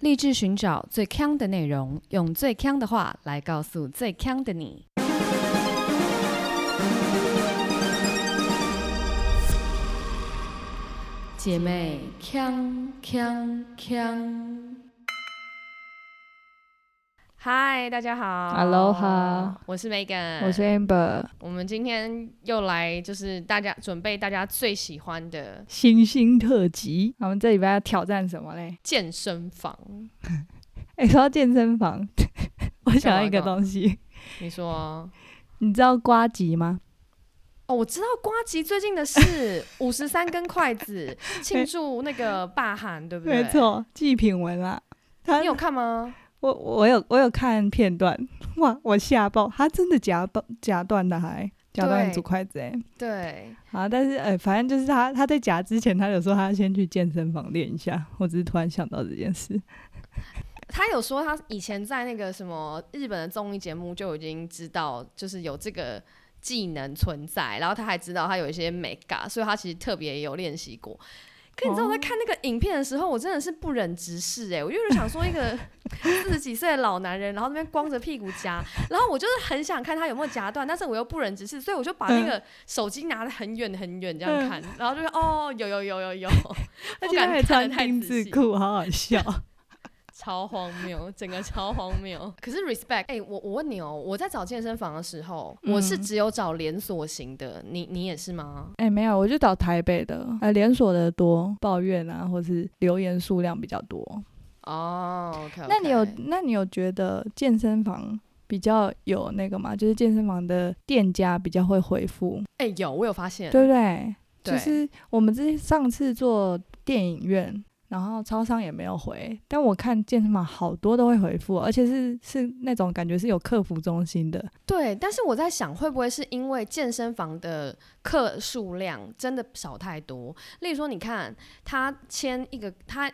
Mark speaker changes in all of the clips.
Speaker 1: 立志寻找最强的内容，用最强的话来告诉最强的你。姐妹，强强强！嗨，大家好
Speaker 2: Aloha
Speaker 1: 我是 Megan，
Speaker 2: 我是 Amber，
Speaker 1: 我们今天又来，就是大家准备大家最喜欢的
Speaker 2: 星星特辑。我们这礼拜要挑战什么嘞？
Speaker 1: 健身房。
Speaker 2: 哎、说到健身房， 我想到一个东西，
Speaker 1: 你 说，
Speaker 2: 你知道瓜吉吗？
Speaker 1: 哦，我知道瓜吉最近的 事，五十三根筷子庆祝那个霸汉，对不对？
Speaker 2: 没，错，季品文啦。他
Speaker 1: 你有看吗？
Speaker 2: 我我有我有看片段， 哇，我吓爆！他真的夹爆夹断的还夹断一组
Speaker 1: 对
Speaker 2: 筷子哎、欸。
Speaker 1: 对，
Speaker 2: 啊，但是哎、呃反正就是他他在夹之前，他有说他先去健身房练一下。我只是突然想到这件事。
Speaker 1: 他有说他以前在那个什么日本的综艺节目就已经知道，就是有这个技能存在，然后他还知道他有一些美感，所以他其实特别有练习过。可你知道我在看那个影片的时候，我真的是不忍直视哎、我就是想说一个四十几岁的老男人，然后那边光着屁股夹，然后我就是很想看他有没有夹断，但是我又不忍直视，所以我就把那个手机拿得很远很远这样看，然后就说哦有有有有有，
Speaker 2: 而
Speaker 1: 不
Speaker 2: 且他
Speaker 1: 敢
Speaker 2: 还
Speaker 1: 看
Speaker 2: 穿
Speaker 1: 得太
Speaker 2: 丁
Speaker 1: 仔
Speaker 2: 字
Speaker 1: 细。
Speaker 2: 裤，好好笑。
Speaker 1: 超荒谬，整个超荒谬。 可是 respect，哎、我我问你哦，我在找健身房的时候，我是
Speaker 2: 嗯
Speaker 1: 只有找连锁型的，你你也是吗？
Speaker 2: 哎、没有，我就找台北的，呃，连锁的多，抱怨啊，或是留言数量比较多。
Speaker 1: 哦，OK，, o k
Speaker 2: 那你有，那你有觉得健身房比较有那个吗？就是健身房的店家比较会回复，
Speaker 1: 哎、有，我有发现，
Speaker 2: 对不对？
Speaker 1: 对
Speaker 2: 就是我们之前上次做电影院，然后超商也没有回，但我看健身房好多都会回复，而且是是那种感觉是有客服中心的，
Speaker 1: 对，但是我在想，会不会是因为健身房的客数量真的少太多？例如说，你看他签一个，他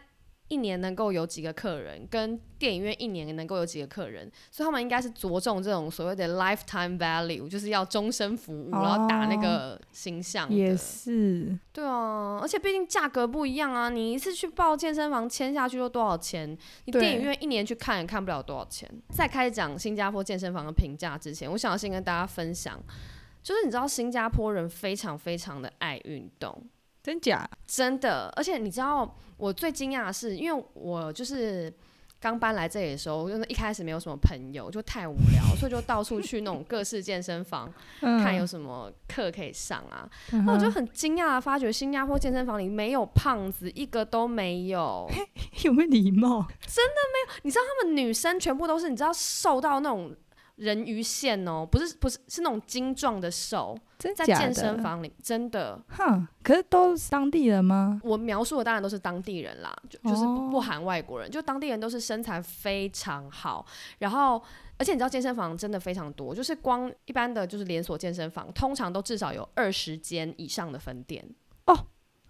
Speaker 1: 一年能够有几个客人，跟电影院一年能够有几个客人，所以他们应该是着重这种所谓的 lifetime value，就是要终身服务，然后打那
Speaker 2: 哦
Speaker 1: 个形象的。
Speaker 2: 也是。
Speaker 1: 对啊，而且毕竟价格不一样啊，你一次去报健身房签下去都多少钱？你
Speaker 2: 对
Speaker 1: 电影院一年去看也看不了多少钱。在开始讲新加坡健身房的评价之前，我想要先跟大家分享，就是你知道新加坡人非常非常的爱运动，
Speaker 2: 真假？
Speaker 1: 真的。而且你知道我最惊讶的是，因为我就是。刚搬来这里的时候，就是一开始没有什么朋友，就太无聊，所以就到处去那种各式健身房，
Speaker 2: 嗯
Speaker 1: 看有什么课可以上啊。
Speaker 2: 嗯
Speaker 1: 那我就
Speaker 2: 哼
Speaker 1: 很惊讶的发觉，新加坡健身房里没有胖子，一个都没有。
Speaker 2: 有没有礼貌？
Speaker 1: 他们女生全部都是，你知道瘦到那种人鱼线哦，不是不是是那种精壮的瘦，
Speaker 2: 真
Speaker 1: 在
Speaker 2: 假
Speaker 1: 健身
Speaker 2: 的
Speaker 1: 房里真的。
Speaker 2: 哼，可是都是当地人吗？
Speaker 1: 我描述的当然都是当地人啦，就就是不
Speaker 2: 哦
Speaker 1: 不含外国人，就当地人都是身材非常好，然后而且你知道健身房真的非常多，就是光一般的就是连锁健身房，通常都至少有二十间以上的分店。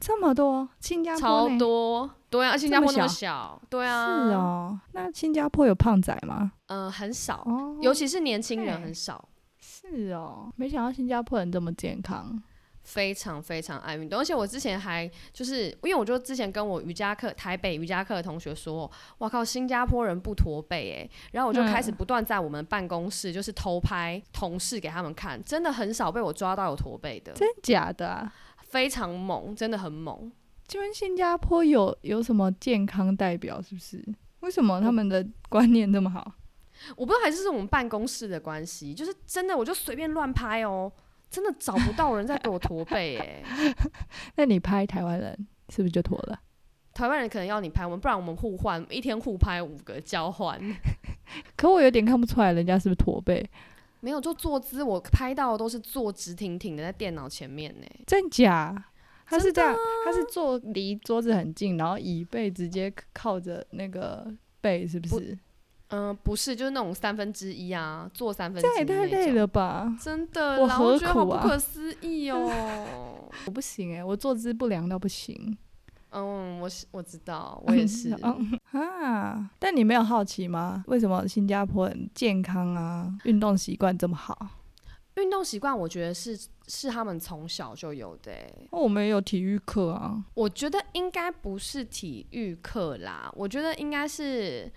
Speaker 2: 这么多，新加坡
Speaker 1: 超
Speaker 2: 呢
Speaker 1: 多，对啊，新加坡那么
Speaker 2: 这么
Speaker 1: 小，对啊，
Speaker 2: 是，哦。那新加坡有胖仔吗？
Speaker 1: 嗯、很少，
Speaker 2: 哦，
Speaker 1: 尤其是年轻人
Speaker 2: 对
Speaker 1: 很少，
Speaker 2: 是哦，没想到新加坡人这么健康。
Speaker 1: 非常非常爱运动，而且我之前还就是因为我就之前跟我瑜伽课台北瑜伽课的同学说，哇靠，新加坡人不驼背哎、然后我就开始
Speaker 2: 嗯
Speaker 1: 不断在我们办公室就是偷拍同事给他们看，真的很少被我抓到有驼背的，
Speaker 2: 真假的啊？
Speaker 1: 非常猛，真的很猛。
Speaker 2: 请问新加坡有有什么健康代表？是不是？为什么他们的观念这么好？
Speaker 1: 我不知道还是是我们办公室的关系，就是真的我就随便乱拍哦，真的找不到人在给我驼背哎、
Speaker 2: 那你拍台湾人是不是就妥了？
Speaker 1: 台湾人可能要你拍我们，不然我们互换，一天互拍五个交换。
Speaker 2: 可我有点看不出来人家是不是驼背，
Speaker 1: 没有，就坐姿，我拍到的都是坐直挺挺的在电脑前面呢。
Speaker 2: 真假？他是
Speaker 1: 真的
Speaker 2: 这样，他是坐离桌子很近，然后椅背直接靠着那个背，是不
Speaker 1: 不
Speaker 2: 是？
Speaker 1: 嗯、不是，就是那种三分之一啊，坐三分之
Speaker 2: 这
Speaker 1: 一
Speaker 2: 样也太
Speaker 1: 那
Speaker 2: 累
Speaker 1: 种。
Speaker 2: 了吧？
Speaker 1: 真的
Speaker 2: 我
Speaker 1: 啦，
Speaker 2: 何
Speaker 1: 我觉得好
Speaker 2: 苦
Speaker 1: 不
Speaker 2: 啊
Speaker 1: 可思议哦。
Speaker 2: 我不行哎、我坐姿不良到不行。
Speaker 1: 嗯，我是我知道， 我也是。
Speaker 2: 嗯啊，但你没有好奇吗？为什么新加坡人健康啊，运动习惯这么好？
Speaker 1: 运动习惯我觉得是是他们从小就有的欸、
Speaker 2: 那哦我们也有体育课啊，
Speaker 1: 我觉得应该不是体育课啦，我觉得应该是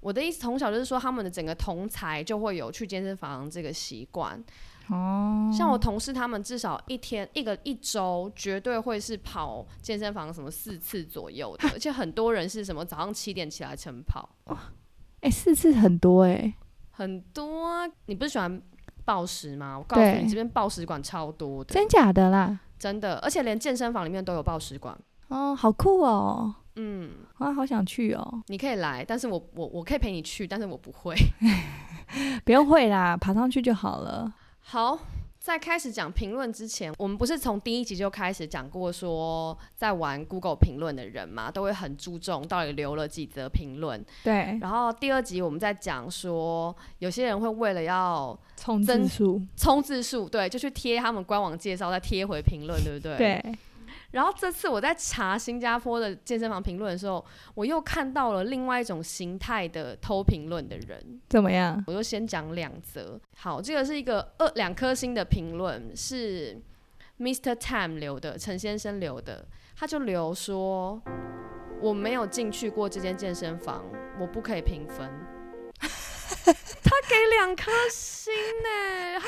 Speaker 1: 我的意思，从小就是说他们的整个同才就会有去健身房这个习惯。哦，像
Speaker 2: 嗯
Speaker 1: 我同事他们至少一天一个一周绝对会是跑健身房什么四次左右的，而且很多人是什么早上七点起来晨跑，
Speaker 2: 哎、四次很多哎、
Speaker 1: 很多啊、你不是喜欢暴食吗？我告诉
Speaker 2: 对
Speaker 1: 你，这边暴食馆超多的，
Speaker 2: 真假的啦？
Speaker 1: 真的，而且连健身房里面都有暴食馆。
Speaker 2: 哦，好酷哦，
Speaker 1: 嗯，
Speaker 2: 啊，好想去哦，
Speaker 1: 你可以来，但是我我我可以陪你去，但是我不会。
Speaker 2: 不用会啦，爬上去就好了。
Speaker 1: 好，在开始讲评论之前，我们不是从第一集就开始讲过说，在玩 Google 评论的人嘛，都会很注重到底留了几则评论。
Speaker 2: 对，
Speaker 1: 然后第二集我们在讲说，有些人会为了要
Speaker 2: 冲
Speaker 1: 增
Speaker 2: 字数，
Speaker 1: 冲字数，对，就去贴他们官网介绍，再贴回评论，对不对？。
Speaker 2: 对，
Speaker 1: 然后这次我在查新加坡的健身房评论的时候，我又看到了另外一种形态的偷评论的人。
Speaker 2: 怎么样？
Speaker 1: 我就先讲两则。好，这个是一个二两颗星的评论，是 Mr. Tam 留的，陈先生留的，他就留说我没有进去过这间健身房，我不可以评分。 他给两颗星呢、然后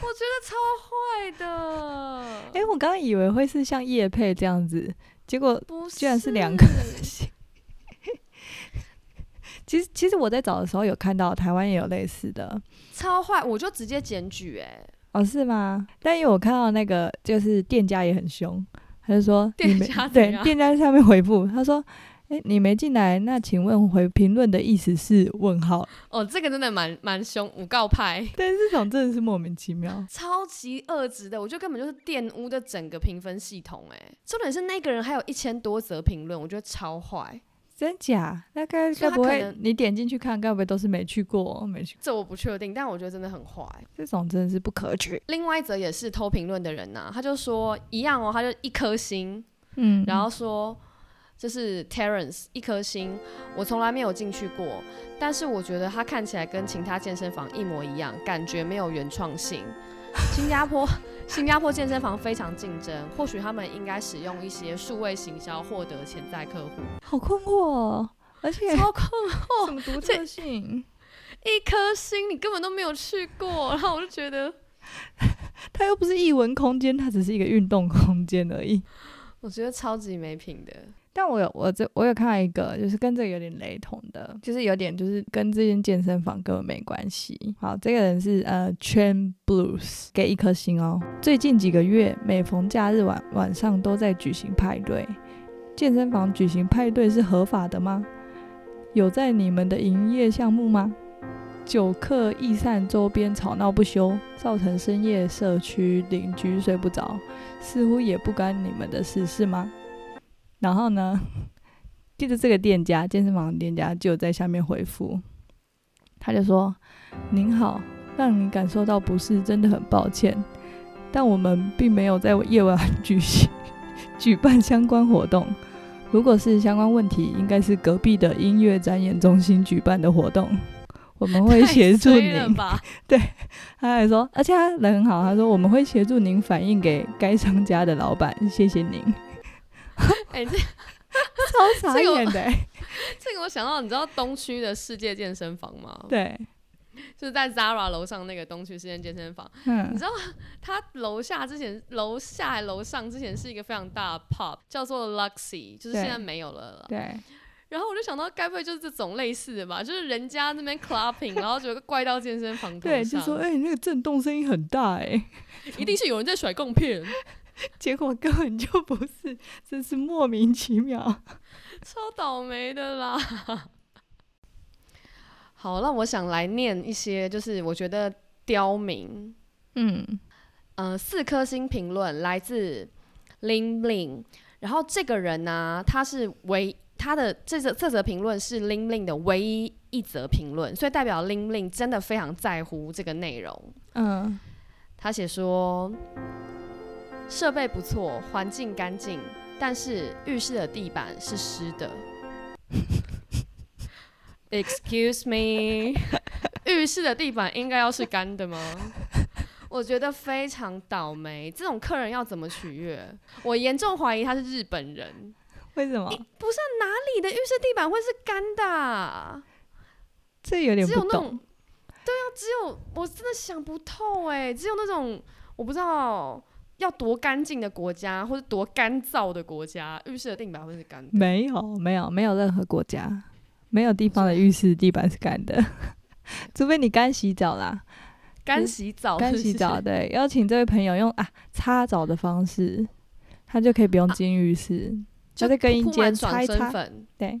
Speaker 1: 我觉得超坏的，
Speaker 2: 哎、我刚刚以为会是像叶配这样子，结果
Speaker 1: 不是，
Speaker 2: 居然是两颗星。其实，其实我在找的时候有看到台湾也有类似的
Speaker 1: 超坏，我就直接检举哎、
Speaker 2: 哦，是吗？但因为我看到那个就是店家也很凶，他就说
Speaker 1: 店
Speaker 2: 你没
Speaker 1: 家怎
Speaker 2: 对
Speaker 1: 样
Speaker 2: 店家在下面回复，他说：“哎、你没进来，那请问回评论的意思是问号
Speaker 1: 哦，这个真的蛮蛮凶，五告派。？”
Speaker 2: 但是这种真的是莫名其妙。
Speaker 1: 超级恶质的，我觉得根本就是玷污的整个评分系统、哎，重点是那个人还有一千多则评论，我觉得超坏。
Speaker 2: 真假？那该
Speaker 1: 所
Speaker 2: 该
Speaker 1: 以他
Speaker 2: 不
Speaker 1: 可
Speaker 2: 会
Speaker 1: 能
Speaker 2: 你点进去看，该不会都是没去过、哦没去
Speaker 1: 这我不确定，但我觉得真的很坏。
Speaker 2: 这种真的是不可取。
Speaker 1: 另外一则也是偷评论的人呐、他就说一样哦，他就一颗星，
Speaker 2: 嗯
Speaker 1: 然后说就是 Terence 一颗星，我从来没有进去过，但是我觉得他看起来跟其他健身房一模一样，感觉没有原创性。新加坡新加坡健身房非常竞争，或许他们应该使用一些数位行销获得潜在客户。
Speaker 2: 好困惑、哦，而且
Speaker 1: 超酷，
Speaker 2: 什么独特性？
Speaker 1: 一颗星你根本都没有去过，然后我就觉得
Speaker 2: 它又不是艺文空间，它只是一个运动空间而已。
Speaker 1: 我觉得超级没品的。
Speaker 2: 但我有我这我有看到一个，就是跟这个有点雷同的，就是有点就是跟这间健身房根本没关系。好，这个人是呃 Chain Blues，给一颗星哦。最近几个月，每逢假日晚晚上都在举行派对。健身房举行派对是合法的吗？有在你们的营业项目吗？酒客易散，周边吵闹不休，造成深夜社区邻居睡不着，似乎也不干你们的事，是吗？然后呢， 就是这个店家健身房的店家就在下面回复，他就说：“您好，让你感受到不适，真的很抱歉，但我们并没有在夜晚举行 举办相关活动。如果是相关问题，应该是隔壁的音乐展演中心举办的活动，我们会协助
Speaker 1: 太衰了
Speaker 2: 您。”
Speaker 1: 吧？
Speaker 2: 他还说，而且他人很好，他说我们会协助您反映给该商家的老板，谢谢您。
Speaker 1: 哎、这
Speaker 2: 超傻
Speaker 1: 这个
Speaker 2: 眼的欸、
Speaker 1: 这个我想到，你知道东区的世界健身房吗？
Speaker 2: 对，
Speaker 1: 就是在 Zara 楼上那个东区实验健身房，
Speaker 2: 嗯
Speaker 1: 你知，道它楼下之前楼下还楼上之前是一个非常大的 pub，叫做 Luxy，就是
Speaker 2: 对
Speaker 1: 现在没有了啦。
Speaker 2: 对，
Speaker 1: 然后我就想到，该不会就是这种类似的吧？就是人家那边 clapping，然后就怪到健身房头
Speaker 2: 对，
Speaker 1: 上，
Speaker 2: 就说哎、欸那个震动声音很大哎、
Speaker 1: 一定是有人在甩贡片，
Speaker 2: 结果根本就不是，真是莫名其妙。
Speaker 1: 超倒霉的啦。 好，那我想来念一些，就是我觉得刁民
Speaker 2: 嗯，
Speaker 1: 呃，四颗星评论来自 Lin Lin，然后这个人呢、他是唯他的这则这则评论是 Lin Lin 的唯一一则评论，所以代表 Lin Lin 真的非常在乎这个内容。
Speaker 2: 嗯，
Speaker 1: 他写说，设备不错，环境干净，但是浴室的地板是湿 的。Excuse me，浴室的地板应该要是干的吗？我觉得非常倒霉，这种客人要怎么取悦？我严重怀疑他是日本人。
Speaker 2: 为什么？
Speaker 1: 你的浴室地板会是干的啊、
Speaker 2: 这有点
Speaker 1: 只有
Speaker 2: 不
Speaker 1: 那
Speaker 2: 懂
Speaker 1: 种，。对啊，只有我真的想不透哎、只有那种我不知道要多干净的国家，或者多干燥的国家，浴室的地板会是干的。
Speaker 2: 没有，没有，没有任何国家，没有地方
Speaker 1: 啊
Speaker 2: 的浴室地板是干的， 除非你干洗澡啦，
Speaker 1: 干洗澡，
Speaker 2: 干洗澡。对，邀请这位朋友用啊擦澡的方式，他就可以不用
Speaker 1: 啊
Speaker 2: 进浴室，
Speaker 1: 就
Speaker 2: 他在更衣
Speaker 1: 铺
Speaker 2: 间
Speaker 1: 满
Speaker 2: 擦
Speaker 1: 爽
Speaker 2: 一
Speaker 1: 身
Speaker 2: 擦，
Speaker 1: 粉。
Speaker 2: 对，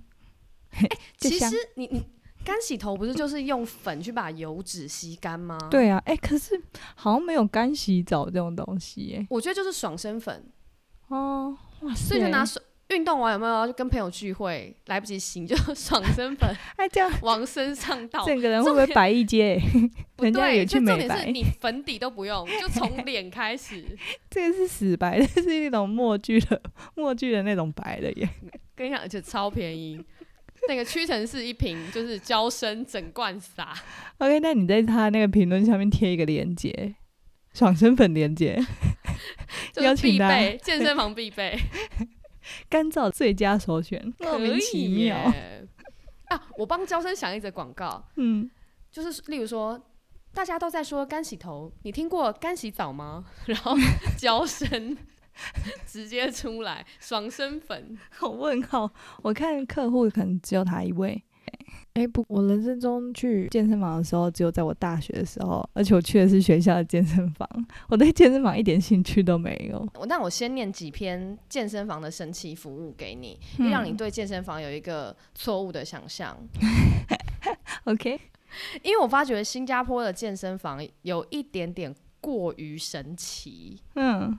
Speaker 2: 就
Speaker 1: 其
Speaker 2: 香
Speaker 1: 实你你干洗头不是就是用粉去把油脂吸干吗？，
Speaker 2: 对啊，哎、可是好像没有干洗澡这种东西耶、
Speaker 1: 我觉得就是爽身粉，
Speaker 2: 哦，哇塞，
Speaker 1: 所以就拿水。运动完有没有就跟朋友聚会来不及洗，就 爽身粉
Speaker 2: 哎这样，
Speaker 1: 往身上倒。
Speaker 2: 整个人会
Speaker 1: 哦重
Speaker 2: 不会
Speaker 1: 点
Speaker 2: 百亿 街、
Speaker 1: 不
Speaker 2: 人家
Speaker 1: 对，
Speaker 2: 也
Speaker 1: 就
Speaker 2: 去
Speaker 1: 重
Speaker 2: 美
Speaker 1: 点是
Speaker 2: 白，
Speaker 1: 你粉底都不用，就从脸开始。
Speaker 2: 这个是死白， 这是一种默剧的默剧的那种白的耶。
Speaker 1: 跟你讲，而且超便宜，那个屈臣氏一瓶就是娇生整罐撒。
Speaker 2: OK，那你在他那个评论下面贴一个链接，爽身粉链接，
Speaker 1: 就
Speaker 2: 邀
Speaker 1: 是
Speaker 2: 请
Speaker 1: 必
Speaker 2: 大家
Speaker 1: 备，健身房必备，
Speaker 2: 干燥最佳首选， 莫
Speaker 1: 可
Speaker 2: 名
Speaker 1: 以
Speaker 2: 其妙。
Speaker 1: 耶啊！我帮娇生想一则广告，
Speaker 2: 嗯，
Speaker 1: 就是例如说，大家都在说干洗头，你听过干洗澡吗？ 然后娇生 直接出来，爽身粉，
Speaker 2: 好问号，我看客户可能只有他一位。哎、不，我人生中去健身房的时候，只有在我大学的时候，而且我去的是学校的健身房，我对健身房一点兴趣都没有。
Speaker 1: 我那我先念几篇健身房的神奇服务给你，也让你对健身房有一个错误的想象。
Speaker 2: OK，
Speaker 1: 因为我发觉新加坡的健身房有一点点过于神奇，
Speaker 2: 嗯，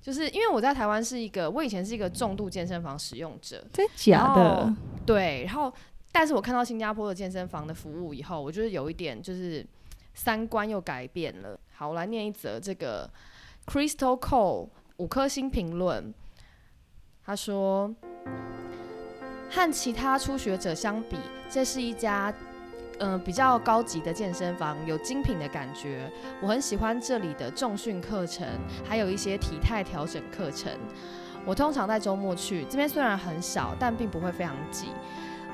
Speaker 1: 就是因为我在台湾是一个，我以前是一个重度健身房使用者，
Speaker 2: 真假
Speaker 1: 然
Speaker 2: 的
Speaker 1: 后？对，然后但是我看到新加坡的健身房的服务以后，我就是有一点就是三观又改变了。好，我来念一则这个 Crystal Cole 五颗星评论，他说。和其他初学者相比，这是一家嗯、呃比较高级的健身房，有精品的感觉。我很喜欢这里的重训课程，还有一些体态调整课程。我通常在周末去，这边虽然很少，但并不会非常挤。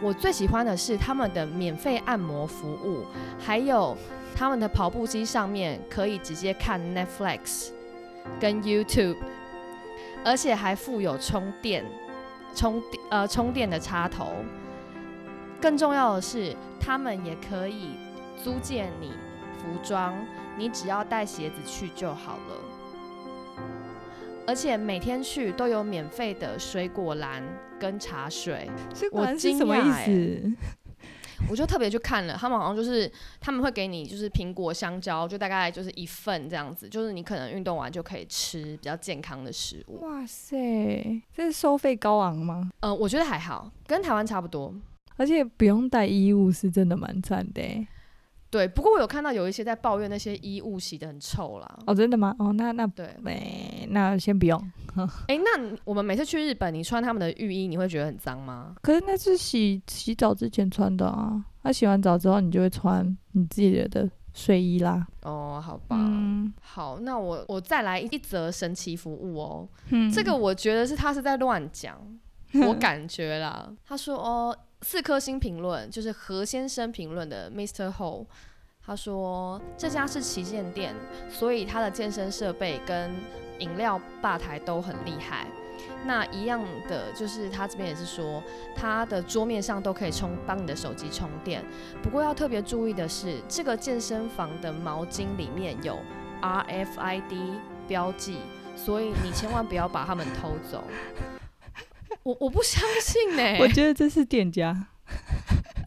Speaker 1: 我最喜欢的是他们的免费按摩服务，还有他们的跑步机上面可以直接看 Netflix 跟 YouTube，而且还附有充电、充电呃充电的插头。更重要的是，他们也可以租借你服装，你只要带鞋子去就好了。而且每天去都有免费的水果篮跟茶水，
Speaker 2: 这
Speaker 1: 我
Speaker 2: 管是
Speaker 1: 惊
Speaker 2: 什么
Speaker 1: 讶
Speaker 2: 意
Speaker 1: 欸
Speaker 2: 思？
Speaker 1: 我就特别去看了，他们好像就是他们会给你就是苹果、香蕉，就大概就是一份这样子，就是你可能运动完就可以吃比较健康的食物。
Speaker 2: 哇塞，这是收费高昂吗？
Speaker 1: 呃，我觉得还好，跟台湾差不多。
Speaker 2: 而且不用带衣物是真的蛮赞的欸。
Speaker 1: 对，不过我有看到有一些在抱怨那些衣物洗得很臭啦。
Speaker 2: 哦，真的吗？哦，那那
Speaker 1: 对，
Speaker 2: 没，那先不用。
Speaker 1: 诶，那你我们每次去日本，你穿他们的浴衣，你会觉得很脏吗？
Speaker 2: 可是那是洗洗澡之前穿的啊，那洗完澡之后你就会穿你自己的睡衣啦。
Speaker 1: 哦，好吧。
Speaker 2: 嗯
Speaker 1: 好，那我我再来一则神奇服务哦，
Speaker 2: 嗯
Speaker 1: 这个我觉得是他是在乱讲，我感觉啦。他说哦，四颗星评论就是何先生评论的 Mr. Ho，他说这家是旗舰店，所以他的健身设备跟饮料吧台都很厉害。那一样的就是他这边也是说，他的桌面上都可以充帮你的手机充电。不过要特别注意的是，这个健身房的毛巾里面有 RFID 标记，所以你千万不要把它们偷走。我我不相信呢、
Speaker 2: 我觉得这是店家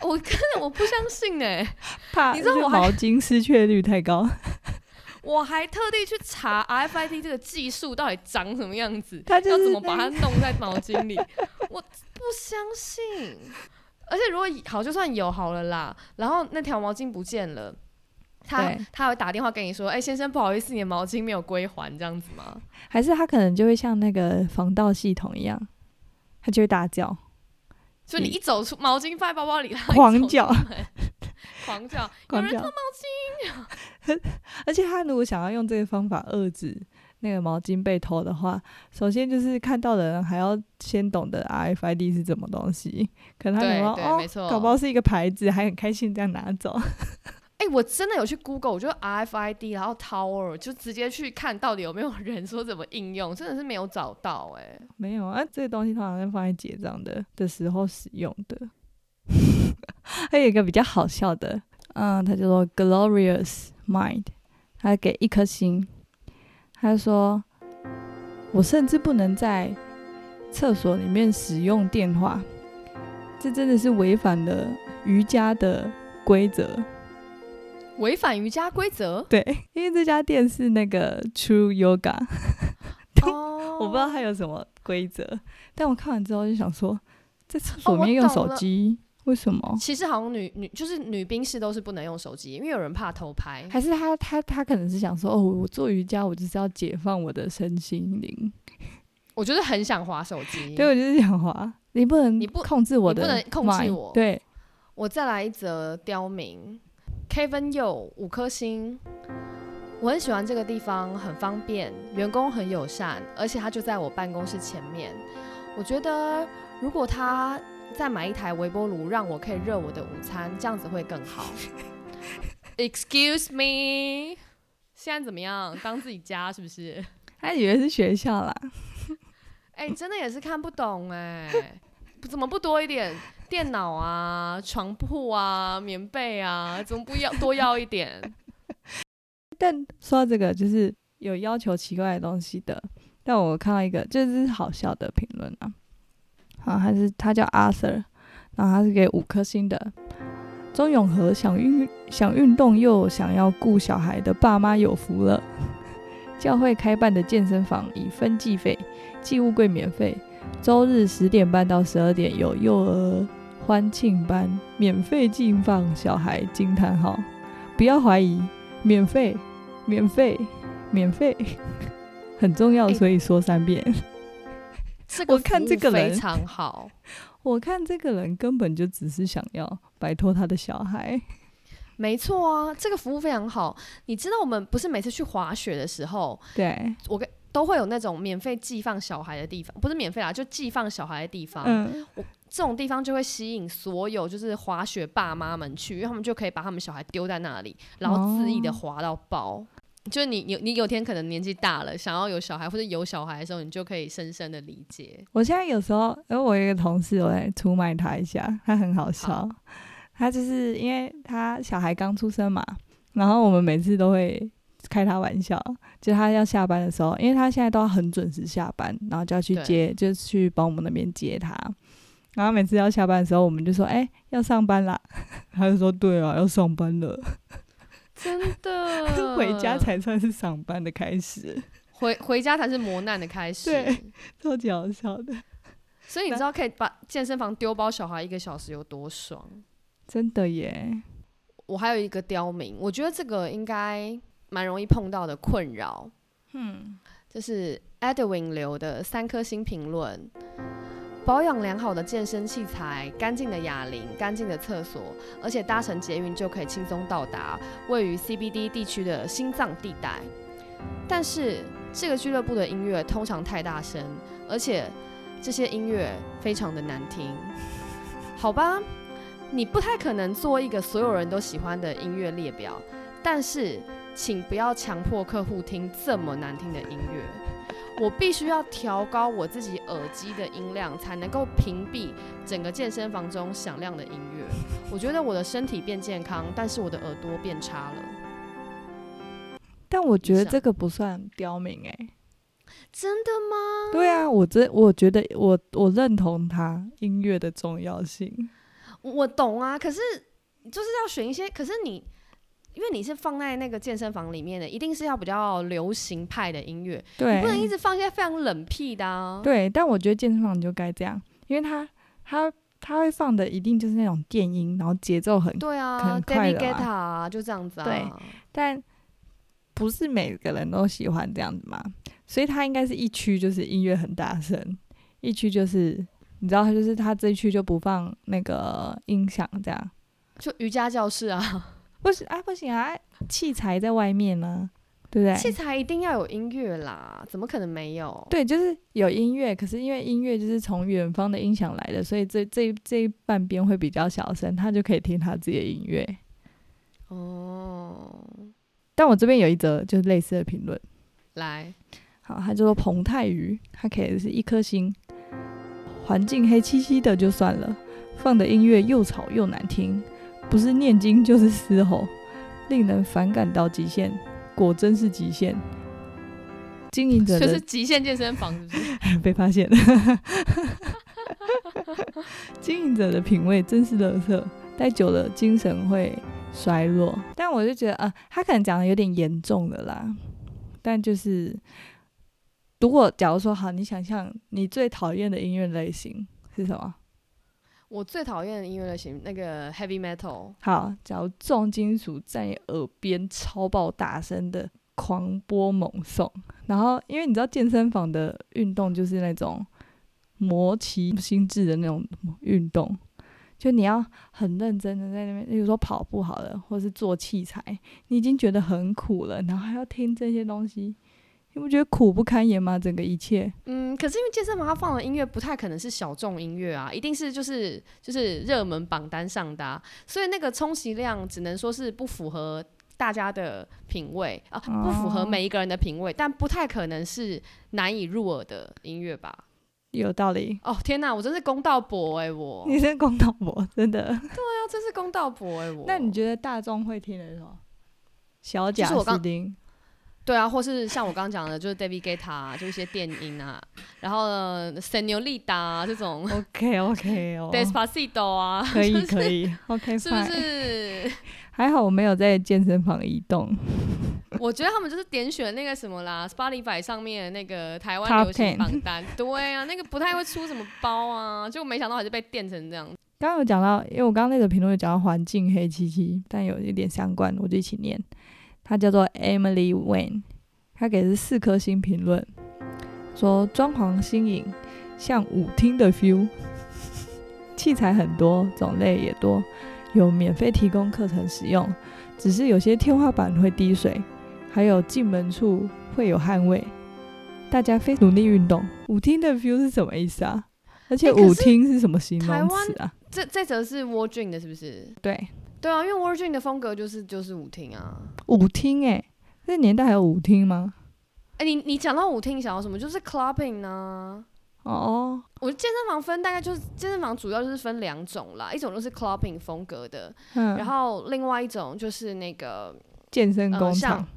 Speaker 1: 我真的我不相信欸呢、
Speaker 2: 怕
Speaker 1: 你知道
Speaker 2: 这
Speaker 1: 我还
Speaker 2: 毛巾失窃率太高，
Speaker 1: 我还特地去查 RFID 这个技术到底长什么样子，
Speaker 2: 它就
Speaker 1: 要
Speaker 2: 是
Speaker 1: 怎么把它
Speaker 2: 那
Speaker 1: 弄在毛巾 里，我不相信。而且如果好，就算有好了啦，然后那条毛巾不见了，他
Speaker 2: 对
Speaker 1: 他会打电话跟你说：“哎、先生，不好意思，你的毛巾没有归还，这样子吗
Speaker 2: 还是他可能就会像那个防盗系统一样，他就会大叫。？”
Speaker 1: 就你一走出毛巾放在包包里，他一
Speaker 2: 狂
Speaker 1: 走出
Speaker 2: 叫
Speaker 1: 门，狂叫，有
Speaker 2: 狂
Speaker 1: 人
Speaker 2: 叫
Speaker 1: 偷毛巾，
Speaker 2: 而且他如果想要用这个方法遏制那个毛巾被偷的话，首先就是看到的人还要先懂得 RFID 是什么东西，可能他
Speaker 1: 对
Speaker 2: 想说
Speaker 1: 对没错
Speaker 2: 哦，搞不好是一个牌子，还很开心这样拿走。
Speaker 1: 哎、我真的有去 Google，我就 RFID，然后 Tower 就直接去看到底有没有人说怎么应用，真的是没有找到哎、
Speaker 2: 没有啊，这个东西通常是放在结账的的时候使用的。 还有一个比较好笑的，嗯，他叫做 Glorious Mind，他给一颗星，他说：“我甚至不能在厕所里面使用电话，这真的是违反了瑜伽的规则。”
Speaker 1: 违反瑜伽规 则
Speaker 2: 对，因为这家店是那个 True Yoga，
Speaker 1: 哦，
Speaker 2: 我不知道它有什么规则，但我看完之后就想说，在厕所
Speaker 1: 哦
Speaker 2: 里
Speaker 1: 我
Speaker 2: 面用
Speaker 1: 懂
Speaker 2: 手
Speaker 1: 了
Speaker 2: 机、为什么？
Speaker 1: 其实好像女女就是女兵士都是不能用手机，因为有人怕偷拍。
Speaker 2: 还是他他他可能是想说，哦，我做瑜伽，我就是要解放我的身心灵。
Speaker 1: 我就是很想划手机。
Speaker 2: 对，我就是想滑，你不能
Speaker 1: 你不
Speaker 2: 控制我
Speaker 1: 你
Speaker 2: 的
Speaker 1: 不
Speaker 2: mind，
Speaker 1: 能控制我
Speaker 2: 对，
Speaker 1: 我再来一则刁民，Kevin Yu 五颗星。我很喜欢这个地方，很方便，员工很友善，而且他就在我办公室前面。我觉得如果他再买一台微波炉，让我可以热我的午餐，这样子会更好。Excuse me，现在怎么样？当自己家是不是？
Speaker 2: 他以为是学校啦。
Speaker 1: 哎、真的也是看不懂哎、不怎么不多一点电脑啊、床铺啊、棉被啊，怎么不要多要一点？
Speaker 2: 但说到这个，就是有要求奇怪的东西的。但我看到一个，这是好笑的评论啊，啊，他是他叫 Arthur，然后他是给五颗星的。钟永和想运想运动又想要顾小孩的爸妈有福了。 教会开办的健身房以分计费，寄物柜免费。周日十点半到十二点有幼儿欢庆班，免费进放小孩惊叹号！不要怀疑，免费，免费，免费，很重要，
Speaker 1: 哎
Speaker 2: 所以说三遍。
Speaker 1: 这个
Speaker 2: 我看
Speaker 1: 服务
Speaker 2: 这个人
Speaker 1: 非常好，
Speaker 2: 我看这个人根本就只是想要摆脱他的小孩。
Speaker 1: 没错啊，这个服务非常好。你知道我们不是每次去滑雪的时候，
Speaker 2: 对，
Speaker 1: 我跟都会有那种免费寄放小孩的地方，不是免费啦，就寄放小孩的地方。
Speaker 2: 嗯，
Speaker 1: 这种地方就会吸引所有就是滑雪爸妈们去，因为他们就可以把他们小孩丢在那里，然后恣意的滑到爆。就是你你你有天可能年纪大了，想要有小孩或者有小孩的时候，你就可以深深的理解。
Speaker 2: 我现在有时候，因为我有一个同事，我来出卖他一下，他很好笑。
Speaker 1: 好
Speaker 2: 他就是因为他小孩刚出生嘛，然后我们每次都会开他玩笑，就他要下班的时候，因为他现在都要很准时下班，然后就要去
Speaker 1: 对
Speaker 2: 接，就去保姆那边接他。然后每次要下班的时候，我们就说：“哎、要上班啦。” 他就说：“对啊，要上班 了。”
Speaker 1: 真的，
Speaker 2: 回家才算是上班的开始，
Speaker 1: 回回家才是磨难的开始。
Speaker 2: 对超级好笑的，
Speaker 1: 所以你知道可以把健身房丢包小孩一个小时有多爽？
Speaker 2: 真的耶！
Speaker 1: 我还有一个刁民，我觉得这个应该蛮容易碰到的困扰。
Speaker 2: 嗯，
Speaker 1: 这是 Edwin 留的三颗星评论。保养良好的健身器材、干净的哑铃、干净的厕所，而且搭乘捷运就可以轻松到达位于 CBD 地区的心脏地带。但是这个俱乐部的音乐通常太大声，而且这些音乐非常的难听。 好吧，你不太可能做一个所有人都喜欢的音乐列表，但是请不要强迫客户听这么难听的音乐。我必须要调高我自己耳机的音量，才能够屏蔽整个健身房中响亮的音乐。我觉得我的身体变健康，但是我的耳朵变差了。
Speaker 2: 但我觉得
Speaker 1: 以上
Speaker 2: 这个不算刁民哎、
Speaker 1: 真的吗？
Speaker 2: 对啊，我真我觉得我我认同他音乐的重要性，
Speaker 1: 我我懂啊，可是就是要选一些，可是你。因为你是放在那个健身房里面的，一定是要比较流行派的音乐，你
Speaker 2: 对
Speaker 1: 不，能一直放一些非常冷僻的啊。
Speaker 2: 对，但我觉得健身房就该这样，因为他他他会放的一定就是那种电音，然后节奏很，
Speaker 1: 对
Speaker 2: 可
Speaker 1: 啊
Speaker 2: 能快
Speaker 1: ，David
Speaker 2: 了啊
Speaker 1: Guetta 啊就这样子啊。
Speaker 2: 对但不是每个人都喜欢这样子嘛，所以他应该是一区就是音乐很大声，一区就是你知道，他就是他这一区就不放那个音响这样。
Speaker 1: 就瑜伽教室啊，
Speaker 2: 不行啊，不行啊，器材在外面呢、对不对？
Speaker 1: 器材一定要有音乐啦，怎么可能没有？
Speaker 2: 对，就是有音乐，可是因为音乐就是从远方的音响来的，所以这这这一半边会比较小声，他就可以听他自己的音乐。
Speaker 1: 哦，
Speaker 2: 但我这边有一则就是类似的评论，
Speaker 1: 来，
Speaker 2: 好，他就说彭泰鱼，他给的是一颗星，环境黑漆漆的就算了，放的音乐又吵又难听，不是念经就是嘶吼，令人反感到极限，果真是极限。经营者
Speaker 1: 就
Speaker 2: 的
Speaker 1: 是极限健身房，是不 是？
Speaker 2: 被发现了。经营者的品味真是乐色，待久了精神会衰落。但我就觉得，啊，他可能讲的有点严重了啦。但就是，如果假如说好，你想象你最讨厌的音乐类型是什么？
Speaker 1: 我最讨厌的音乐类型，那个 heavy metal，
Speaker 2: 好，假如重金属在你耳边超爆大声的狂播猛送，然后因为你知道健身房的运动就是那种磨其心智的那种运动，就你要很认真的在那边，比如说跑步好了，或是做器材，你已经觉得很苦了，然后还要听这些东西，你不觉得苦不堪言吗？整个一切，
Speaker 1: 嗯，可是因为健身房它放的音乐不太可能是小众音乐啊，一定是就是就是热门榜单上的啊、所以那个充其量只能说是不符合大家的品味啊，不符合
Speaker 2: 哦
Speaker 1: 每一个人的品味，但不太可能是难以入耳的音乐吧。
Speaker 2: 有道理。
Speaker 1: 哦天哪，我真是公道伯哎、我，
Speaker 2: 你是公道婆，真的。
Speaker 1: 那真是公道伯哎、我。
Speaker 2: 那你觉得大众会听的是什么？小贾
Speaker 1: 就是我刚
Speaker 2: 斯汀。
Speaker 1: 对啊，或是像我刚刚讲的，就是 David Guetta，啊就一些电音啊，然后呢，Senorita 啊这种
Speaker 2: OK OK 哦，
Speaker 1: ，Despacito 啊，
Speaker 2: 可以可以，OK
Speaker 1: 是不
Speaker 2: fine。
Speaker 1: 是？
Speaker 2: 还好我没有在健身房移动。
Speaker 1: 我觉得他们就是点选那个什么啦，Spotify 上面那个台
Speaker 2: Top
Speaker 1: 湾流行榜单，对啊，那个不太会出什么包啊，就没想到还是被电成这样。
Speaker 2: 刚刚有讲到，因为我刚刚那个评论有讲到环境黑漆漆，但有一点相关，我就一起念。它叫做 Emily Wayne，她给的是四颗星评论，说装潢新颖，像舞厅的 feel，器材很多，种类也多，有免费提供课程使用，只是有些天花板会滴水，还有进门处会有汗味。大家非努力运动，舞厅的 feel 是什么意思啊？而且
Speaker 1: 欸可是
Speaker 2: 舞厅是什么形
Speaker 1: 台
Speaker 2: 容
Speaker 1: 湾
Speaker 2: 词啊？
Speaker 1: 这这则是 w a r d r e a m 的，是不是？
Speaker 2: 对，
Speaker 1: 对啊，因为 w a r d r e a m 的风格就是就是舞厅啊。
Speaker 2: 舞厅哎、那年代还有舞厅吗？
Speaker 1: 哎、你你讲到舞厅，想到什么？就是 clubbing 啊。
Speaker 2: 哦，
Speaker 1: 我健身房分大概就是健身房主要就是分两种啦，一种就是 clubbing 风格的，
Speaker 2: 嗯，
Speaker 1: 然后另外一种就是那个
Speaker 2: 健身
Speaker 1: 呃
Speaker 2: 工
Speaker 1: 像
Speaker 2: 厂，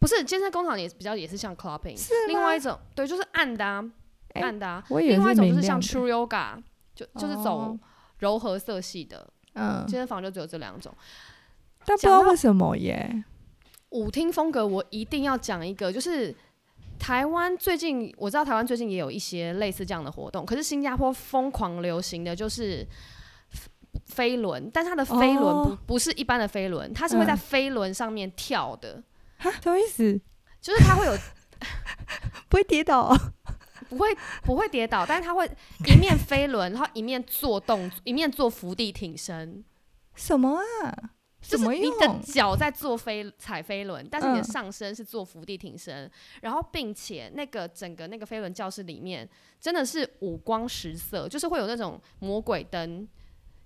Speaker 1: 不是健身工厂也比较也是像 clubbing，
Speaker 2: 是
Speaker 1: 另外一种对就是暗的、啊、
Speaker 2: 哎
Speaker 1: 暗的、啊，
Speaker 2: 我以为
Speaker 1: 另外一种就
Speaker 2: 明
Speaker 1: 是
Speaker 2: 亮
Speaker 1: 像
Speaker 2: 的
Speaker 1: true yoga，就就是走
Speaker 2: 哦
Speaker 1: 柔和色系的、
Speaker 2: 嗯，
Speaker 1: 健身房就只有这两种。
Speaker 2: 但不知
Speaker 1: 讲
Speaker 2: 道
Speaker 1: 到
Speaker 2: 为什么耶，
Speaker 1: 舞厅风格我一定要讲一个，就是台湾最近我知道台湾最近也有一些类似这样的活动，可是新加坡疯狂流行的就是飞飞轮，但它的飞轮不、
Speaker 2: 哦
Speaker 1: 不是一般的飞轮，它是会在
Speaker 2: 嗯
Speaker 1: 飞轮上面跳的，
Speaker 2: 哈，什么意思？
Speaker 1: 就是它会有
Speaker 2: 不会跌倒哦、
Speaker 1: 不会不会跌倒，但是它会一面飞轮，然后一面做动，一面做伏地挺身。
Speaker 2: 什么啊？
Speaker 1: 就
Speaker 2: 什
Speaker 1: 是
Speaker 2: 么
Speaker 1: 你
Speaker 2: 用？
Speaker 1: 的脚在做飞踩飞轮，但是你的
Speaker 2: 嗯
Speaker 1: 上身是做伏地挺身，然后并且那个整个那个飞轮教室里面真的是五光十色，就是会有那种魔鬼灯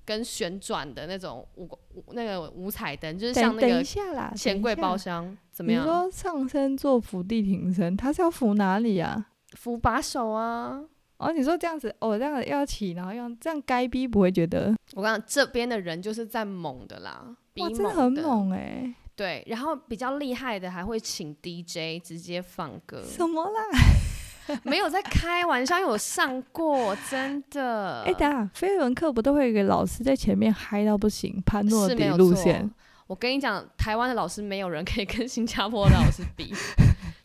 Speaker 1: 跟旋转的那种五光五那个五彩灯，就是像
Speaker 2: 等
Speaker 1: 那
Speaker 2: 等一
Speaker 1: 个
Speaker 2: 下啦，
Speaker 1: 钱柜包
Speaker 2: 厢
Speaker 1: 厢怎么
Speaker 2: 你
Speaker 1: 样？
Speaker 2: 说上身做伏地挺身，他是要扶哪里啊？
Speaker 1: 扶把手啊！
Speaker 2: 哦，你说这样子，哦，这样要起，然后用这样该逼不会觉得
Speaker 1: 我跟你讲，这边的人就是在猛的啦，比
Speaker 2: 哇，
Speaker 1: 猛
Speaker 2: 真的很猛哎、
Speaker 1: 对，然后比较厉害的还会请 DJ 直接放歌，
Speaker 2: 什么啦？
Speaker 1: 没有在开玩笑，因为我上过，真的。
Speaker 2: 哎、等一下，飞轮课不都会有一个老师在前面嗨到不行，潘诺
Speaker 1: 是没
Speaker 2: 迪
Speaker 1: 有
Speaker 2: 路
Speaker 1: 错
Speaker 2: 线？。
Speaker 1: 我跟你讲，台湾的老师没有人可以跟新加坡的老师比，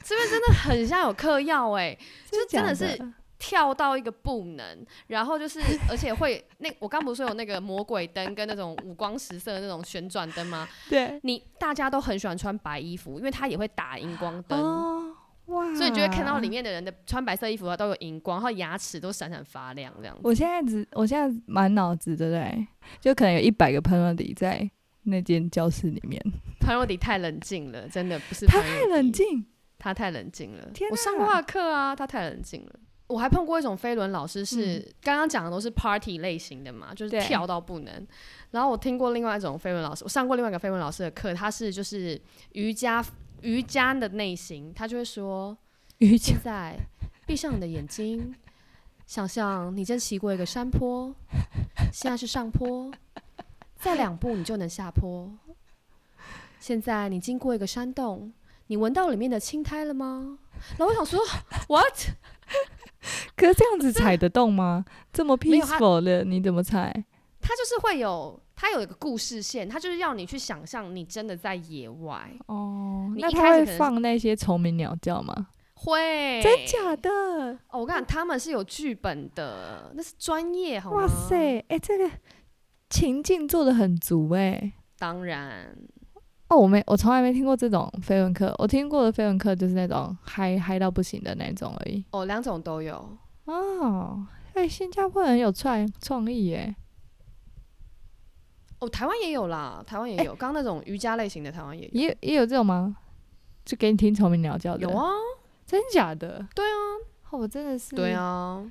Speaker 1: 这边真的很像有嗑药哎，就真
Speaker 2: 假
Speaker 1: 的是跳到一个不能，然后就是 而且会那我刚不是说有那个魔鬼灯跟那种五光十色的那种旋转灯吗？
Speaker 2: 对
Speaker 1: 你大家都很喜欢穿白衣服，因为它也会打荧光灯。
Speaker 2: 哦哇，
Speaker 1: 所以你就会看到里。面的人的穿白色衣服啊，都有荧光，然后牙齿都闪闪发亮这样子。
Speaker 2: 我现在只我现在满脑子对不对？就可能有一百个 p e n a l t y 在那间教室里面，
Speaker 1: 潘若迪太冷静了，真的不是
Speaker 2: 他
Speaker 1: 潘
Speaker 2: 太
Speaker 1: 若
Speaker 2: 冷
Speaker 1: 迪，
Speaker 2: 静，
Speaker 1: 他太冷静了。
Speaker 2: 天
Speaker 1: 我上
Speaker 2: 哪
Speaker 1: 过他的课啊，他太冷静了。我还碰过一种飞轮老师是，刚刚讲的都是 party 类型的嘛，就是
Speaker 2: 嗯对
Speaker 1: 跳到不能。然后我听过另外一种飞轮老师，我上过另外一个飞轮老师的课，他是就是瑜伽瑜伽的内心，他就会说，
Speaker 2: 瑜伽
Speaker 1: 现在闭上你的眼睛，想象你今天骑过一个山坡，现在是上坡，再两步你就能下坡。现在你经过一个山洞，你闻到里面的青苔了吗？然后我想说，what？
Speaker 2: 可是这样子踩得动吗？这么
Speaker 1: 没有他
Speaker 2: peaceful 的，你怎么踩？
Speaker 1: 它就是会有，它有一个故事线，它就是要你去想象你真的在野外，
Speaker 2: 哦，
Speaker 1: 你
Speaker 2: 那
Speaker 1: 一
Speaker 2: 他
Speaker 1: 开始可能
Speaker 2: 会
Speaker 1: 是哎
Speaker 2: 放那些虫鸣鸟叫吗？
Speaker 1: 会
Speaker 2: 真假的？
Speaker 1: 哦？我跟你讲，他们是有剧本的，那是专业好吗？
Speaker 2: 哇塞，哎、这个情境做的很足哎、
Speaker 1: 当然，
Speaker 2: 哦，我没，我从来没听过这种飞轮课。我听过的飞轮课就是那种嗨嗨到不行的那种而已。
Speaker 1: 哦，两种都有。
Speaker 2: 哦，哎、新加坡很有创创意耶。
Speaker 1: 哦，台湾也有啦，台湾也
Speaker 2: 哎
Speaker 1: 有。刚、刚那种瑜伽类型的，台湾也有。
Speaker 2: 也也有这种吗？就给你听虫鸣鸟叫的？
Speaker 1: 啊有，啊，
Speaker 2: 真假的？
Speaker 1: 对
Speaker 2: 啊。哦，我真的是。
Speaker 1: 对。啊。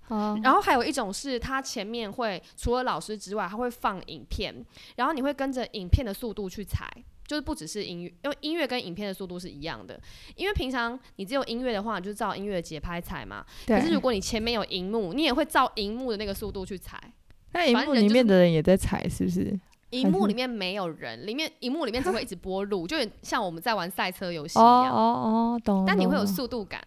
Speaker 2: 好，
Speaker 1: 然后还有一种是，它前面会除了老师之外，它会放影片，然后你会跟着影片的速度去踩，就是不只是音乐，因为音乐跟影片的速度是一样的。因为平常你只有音乐的话，你就照音乐节拍踩嘛。可
Speaker 2: 对
Speaker 1: 是如果你前面有荧幕，你也会照荧幕的那个速度去踩。
Speaker 2: 那荧
Speaker 1: 反
Speaker 2: 幕
Speaker 1: 正人
Speaker 2: 里
Speaker 1: 就是
Speaker 2: 面的人也在踩，是不是？
Speaker 1: 荧幕里面没有人，里面荧幕里面只会一直播录，就有点像我们在玩赛车游戏一
Speaker 2: 哦
Speaker 1: 样。
Speaker 2: 哦哦，懂。
Speaker 1: 但你
Speaker 2: 懂
Speaker 1: 会有
Speaker 2: 懂
Speaker 1: 速度感，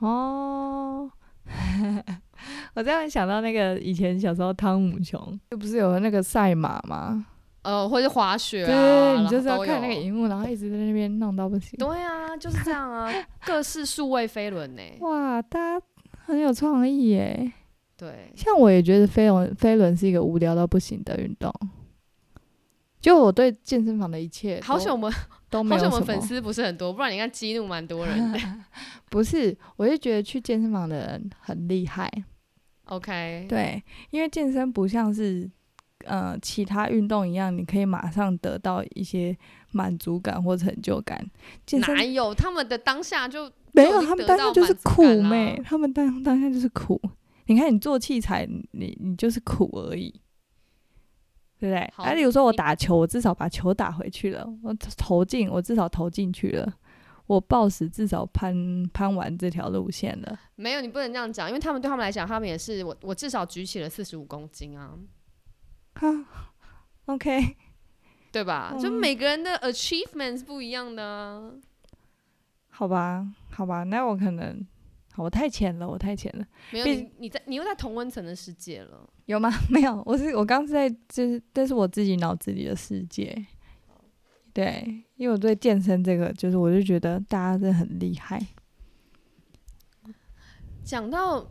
Speaker 2: 哦， 我这样想到那个以前小时候汤姆熊，就不是有那个赛马吗？
Speaker 1: 呃，或是滑雪啊，
Speaker 2: 对，
Speaker 1: 然
Speaker 2: 你
Speaker 1: 后
Speaker 2: 就是要
Speaker 1: 都
Speaker 2: 看那个
Speaker 1: 有
Speaker 2: 荧幕，然后一直在那边弄到不行。
Speaker 1: 对啊，就是这样 啊，各式数位飞轮呢、
Speaker 2: 哇，大家很有创意耶！
Speaker 1: 对，
Speaker 2: 像我也觉得飞轮飞轮是一个无聊到不行的运动。就我对健身房的一切
Speaker 1: 好
Speaker 2: 都
Speaker 1: 险我们
Speaker 2: 都没
Speaker 1: 好险
Speaker 2: 有什
Speaker 1: 我们
Speaker 2: 么
Speaker 1: 粉丝不是很多，不然你看激怒蛮多人的。
Speaker 2: 不是，我就觉得去健身房的人很厉害，
Speaker 1: OK，
Speaker 2: 对，因为健身不像是呃其他运动一样，你可以马上得到一些满足感或成就感。健身
Speaker 1: 哪有他们的当下就
Speaker 2: 没
Speaker 1: 就已
Speaker 2: 有，
Speaker 1: 经
Speaker 2: 他们
Speaker 1: 得
Speaker 2: 当
Speaker 1: 到
Speaker 2: 下就是
Speaker 1: 满足
Speaker 2: 苦
Speaker 1: 感啦
Speaker 2: 妹，他们当当下就是苦。你看你做器材，你你就是苦而已，对不对？
Speaker 1: 好
Speaker 2: 啊，例如说我
Speaker 1: 你
Speaker 2: 打球，我至少把球打回去了，我投进，我至少投进去了。我暴食至少攀攀完这条路线了，
Speaker 1: 没有，你不能这样讲，因为他们对他们来讲，他们也是我我至少举起了四十五公斤啊，
Speaker 2: 哈，OK，
Speaker 1: 对吧？就
Speaker 2: 嗯
Speaker 1: 每个人的 achievement 是不一样的啊。
Speaker 2: 好吧，好吧，那我可能，好，我太浅了，我太浅了，
Speaker 1: 没有
Speaker 2: 毕
Speaker 1: 你，你在你又在同温层的世界了。
Speaker 2: 有吗？ 没有，我是我刚是在，就是这是我自己脑子里的世界，对，因为我对健身这个，就是我就觉得大家真的很厉害，
Speaker 1: 讲到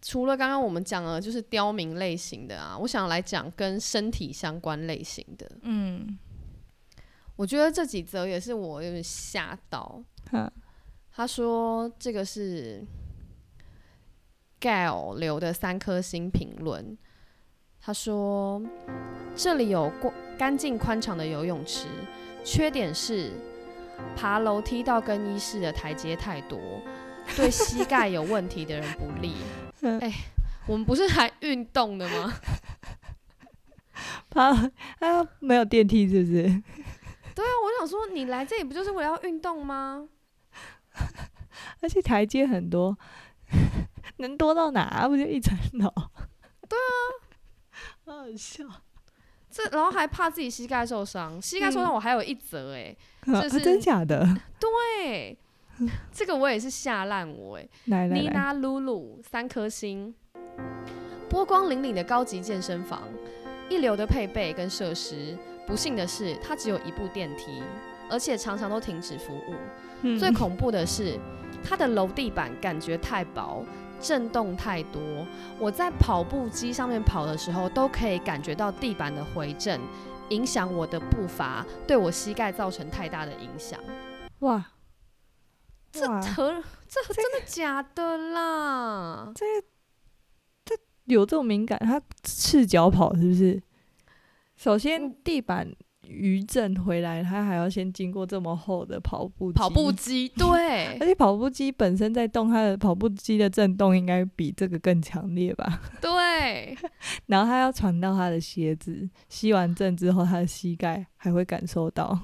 Speaker 1: 除了刚刚我们讲的，就是刁民类型的啊，我想来讲跟身体相关类型的。
Speaker 2: 嗯，
Speaker 1: 我觉得这几则也是我有点吓到。
Speaker 2: 嗯
Speaker 1: 他说这个是 Gail 留的三颗星评论。他说这里有过干净宽敞的游泳池，缺点是爬楼梯到更衣室的台阶太多，对膝盖有问题的人不 利。哎、我们不是还运动 的吗？
Speaker 2: 他啊没有电梯是不是？
Speaker 1: 我想说，你来这里不就是为了要运动吗？
Speaker 2: 而且台阶很多， 能多到哪？不就一层楼？
Speaker 1: 啊
Speaker 2: 对啊，好好笑，
Speaker 1: 这然后还怕自己膝盖受伤，膝盖受
Speaker 2: 嗯
Speaker 1: 伤我还有一则哎、
Speaker 2: 啊
Speaker 1: 是
Speaker 2: 真假的？
Speaker 1: 对，这个我也是吓烂我哎、
Speaker 2: 来来
Speaker 1: 妮
Speaker 2: 来，
Speaker 1: 娜露露三颗星，波光粼粼的高级健身房，一流的配备跟设施，不幸的是它只有一部电梯，而且常常都停止服务。
Speaker 2: 嗯
Speaker 1: 最恐怖的是，它的楼地板感觉太薄，震动太多。我在跑步机上面跑的时候，都可以感觉到地板的回震，影响我的步伐，对我膝盖造成太大的影响。
Speaker 2: 哇，
Speaker 1: 这
Speaker 2: 哇
Speaker 1: 和啊这和真的假的啦？
Speaker 2: 有这种敏感，他赤脚跑是不是？首
Speaker 1: 嗯
Speaker 2: 先地板余震回来，它还要先经过这么厚的跑步机
Speaker 1: 跑步机， 对
Speaker 2: 而且跑步机本身在动，它的跑步机的震动应该比这个更强烈吧？
Speaker 1: 对，
Speaker 2: 然后它要传到它的鞋子，吸完震之后，它的膝盖还会感受到。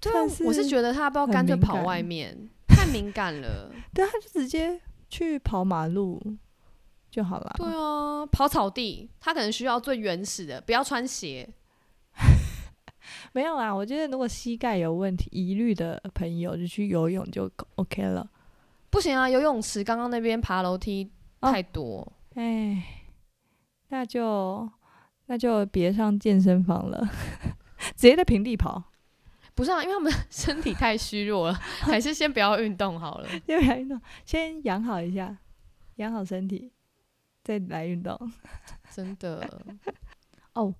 Speaker 1: 对
Speaker 2: 算
Speaker 1: 啊，我是
Speaker 2: 是
Speaker 1: 觉得他要不要
Speaker 2: 很
Speaker 1: 干脆
Speaker 2: 敏
Speaker 1: 跑
Speaker 2: 感
Speaker 1: 外面，太敏感 了。
Speaker 2: 但它就直接去跑马路就好了。
Speaker 1: 对啊，跑草地，他可能需要最原始的，不要穿鞋。
Speaker 2: 没有啦，我觉得如果膝盖有问题、疑虑的朋友，就去游泳就 OK 了。
Speaker 1: 不行啊，游泳池刚刚那边爬楼梯
Speaker 2: 哦
Speaker 1: 太多，
Speaker 2: 哎，那就那就别上健身房了， 直接在平地跑，
Speaker 1: 不是啊，因为他们身体太虚弱了，还是先不要运动好了。
Speaker 2: 要不要运动？先养好一下，养好身体，再来运动。
Speaker 1: 真的，
Speaker 2: 哦，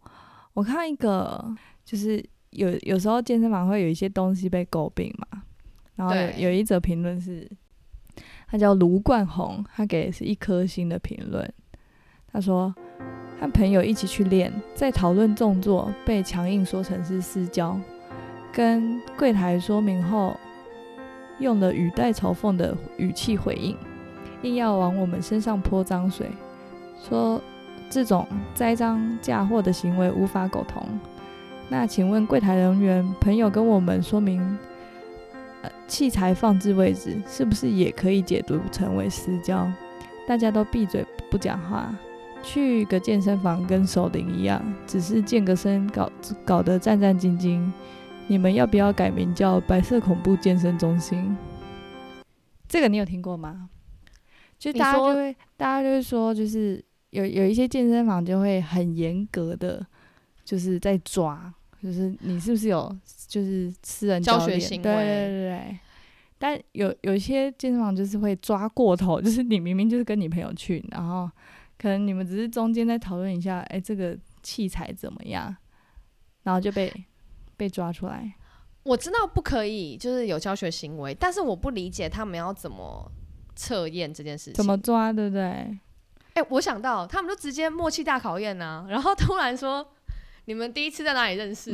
Speaker 2: 我看到一个，就是有有时候健身房会有一些东西被诟病嘛，然后
Speaker 1: 对
Speaker 2: 有有一则评论是，他叫卢冠宏，他给的是一颗星的评论，他说和朋友一起去练，在讨论动作被强硬说成是私交，跟柜台说明后，用了语带嘲讽的语气回应，硬要往我们身上泼脏水，说这种栽赃嫁祸的行为无法苟同。那请问柜台人员朋友跟我们说明，呃，器材放置位置是不是也可以解读成为私交？大家都闭嘴不讲话，去个健身房跟守灵一样，只是健个身搞搞得战战兢兢。你们要不要改名叫白色恐怖健身中心？这个你有听过吗？就
Speaker 1: 你
Speaker 2: 大家就
Speaker 1: 说
Speaker 2: 会，大家就会说，就是有有一些健身房就会很严格的，就是在抓，就是你是不是有就是私人
Speaker 1: 教
Speaker 2: 教
Speaker 1: 学
Speaker 2: 练
Speaker 1: 行
Speaker 2: 对
Speaker 1: 为
Speaker 2: 对对对。但有有一些健身房就是会抓过头， 就是你明明就是跟你朋友去，然后可能你们只是中间在讨论一下，哎、这个器材怎么样，然后就被被抓出来。
Speaker 1: 我知道不可以，就是有教学行为，但是我不理解他们要怎么测验这件事情。
Speaker 2: 怎么？抓，对不对？
Speaker 1: 哎、我想到他们就直接默契大考验呐、然后突然说。你们第一次在哪里认识？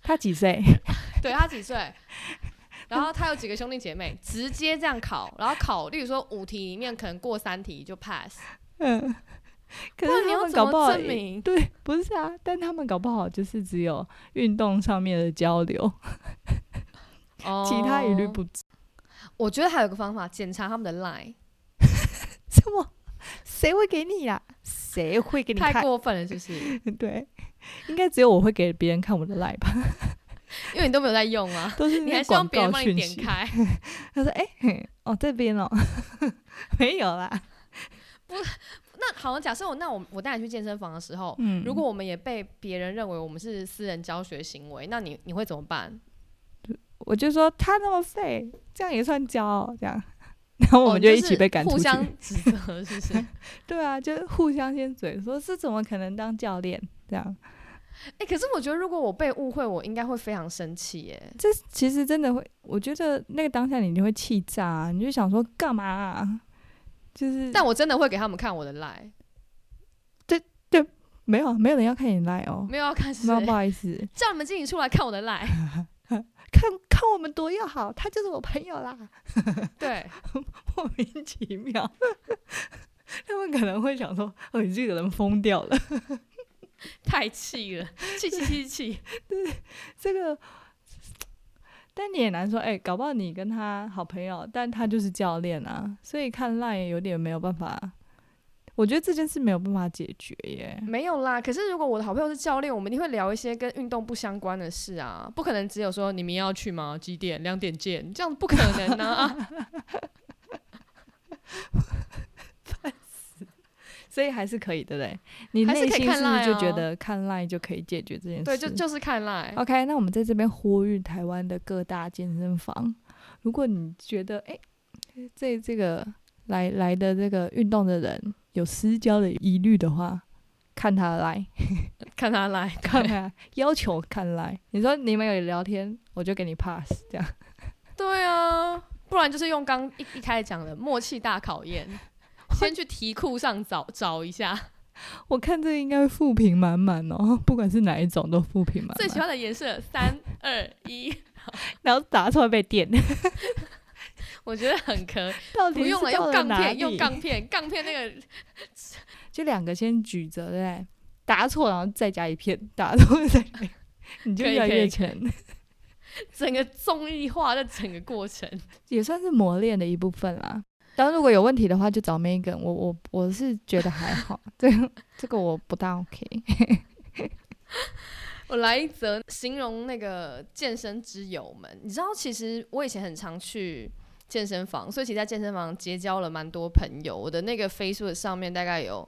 Speaker 2: 他几岁？
Speaker 1: 对他几岁？然后他有几个兄弟姐妹？直接这样考，然后考，例如说五题里面可能过三题就 pass，
Speaker 2: 嗯，
Speaker 1: 不
Speaker 2: 可
Speaker 1: 然
Speaker 2: 是
Speaker 1: 你
Speaker 2: 他
Speaker 1: 要
Speaker 2: 们
Speaker 1: 怎
Speaker 2: 搞不
Speaker 1: 么
Speaker 2: 好
Speaker 1: 证明？
Speaker 2: 对，不是啊，但他们搞不好就是只有运动上面的交流，
Speaker 1: 哦
Speaker 2: 其他一律。不知。
Speaker 1: 我觉得还有个方法，检查他们的 line，
Speaker 2: 什么？谁会给你呀、啊谁会给你
Speaker 1: 太
Speaker 2: 看？
Speaker 1: 过分了，是不 是？
Speaker 2: 对，应该只有我会给别人看我的 live 吧，
Speaker 1: 因为你都没有在用啊，
Speaker 2: 都是
Speaker 1: 你
Speaker 2: 那
Speaker 1: 还希望
Speaker 2: 广
Speaker 1: 别人
Speaker 2: 告
Speaker 1: 帮你
Speaker 2: 讯
Speaker 1: 点
Speaker 2: 息。
Speaker 1: 开，
Speaker 2: 他说：“哎、嘿哦，这边哦， 没有啦。
Speaker 1: 那好，假设我那我我带你去健身房的时候”，
Speaker 2: 嗯
Speaker 1: 如果我们也被别人认为我们是私人教学行为，那你你会怎么办？
Speaker 2: 我就说他那么废，这样也算骄傲，这样， 然后我
Speaker 1: 哦
Speaker 2: 们
Speaker 1: 你
Speaker 2: 一起
Speaker 1: 是
Speaker 2: 被赶出
Speaker 1: 互
Speaker 2: 去。
Speaker 1: 相指责，是不是？哎、
Speaker 2: 对啊，就互相先嘴说，这怎么可能当教练？这样，
Speaker 1: 哎可是我觉得如果我被误会，我应该会非常生气耶。
Speaker 2: 这其实真的会，我觉得那个当下你就会气炸、啊你就想说干嘛、啊？就是
Speaker 1: 但我真的会给他们看我的 line，
Speaker 2: 没有啊没有人要看你来哦，
Speaker 1: 没有要看是
Speaker 2: 那不
Speaker 1: 谁，
Speaker 2: 好意思，
Speaker 1: 叫你们进己出来看我的 line。
Speaker 2: 看看我们多要好，他就是我朋友啦，
Speaker 1: 对，
Speaker 2: 莫名其妙。他们可能会想说，哦，你这个人疯掉了，
Speaker 1: 太气了，气气气气。
Speaker 2: 这个。 但你也难说，哎、搞不好你跟他好朋友，但他就是教练啊，所以看烂也有点没有办法。我觉得这件事没有办法解决耶。
Speaker 1: 没有啦，可是如果我的好朋友是教练，我们一定会聊一些跟运动不相关的事啊，不可能只有说你们要去吗？几点？两点见，这样不可能 啊！
Speaker 2: 所以还是可以，对不对？你
Speaker 1: 还是
Speaker 2: 内
Speaker 1: 可以
Speaker 2: 心
Speaker 1: 看
Speaker 2: 是不
Speaker 1: line 啊
Speaker 2: 是就觉得看 line 哦就可以解决这件事？
Speaker 1: 对，就就是看赖。
Speaker 2: OK。那我们在这边呼吁台湾的各大健身房，如果你觉得哎、这这个来来的这个运动的人有私交的疑虑的话，看他来，
Speaker 1: 看他赖，
Speaker 2: 看 他要求看来。你说你们有聊天，我就给你 pass 这样。
Speaker 1: 对啊，不然就是用 刚一一开始讲的默契大考验，先去题库上找找一下。
Speaker 2: 我看这个应该负评满满哦， 不管是哪一种都负评满
Speaker 1: 最喜
Speaker 2: 满，
Speaker 1: 欢的颜色，三二一，
Speaker 2: 然后打出来被电，
Speaker 1: 我觉得很可以。
Speaker 2: 到底
Speaker 1: 不
Speaker 2: 是
Speaker 1: 用
Speaker 2: 到
Speaker 1: 用
Speaker 2: 了
Speaker 1: 钢
Speaker 2: 哪
Speaker 1: 片，用
Speaker 2: 里
Speaker 1: 钢片，钢片那个
Speaker 2: 就两个先举着，对不对？答错，然后再加一片，答错再 加一片，你就
Speaker 1: 可以
Speaker 2: 越来
Speaker 1: 可以可
Speaker 2: 越
Speaker 1: 以
Speaker 2: 全，
Speaker 1: 整个综艺化的整个过程。
Speaker 2: 也算是磨练的一部分啦。当然，如果有问题的话，就找 Megan。我我我是觉得还 好，这个这个我不大 OK。
Speaker 1: 我来一则形容那个健身之友们，你知道，其实我以前很常去健身房，所以其实在健身房结交了蛮多朋友。我的那个 Facebook 上面大概有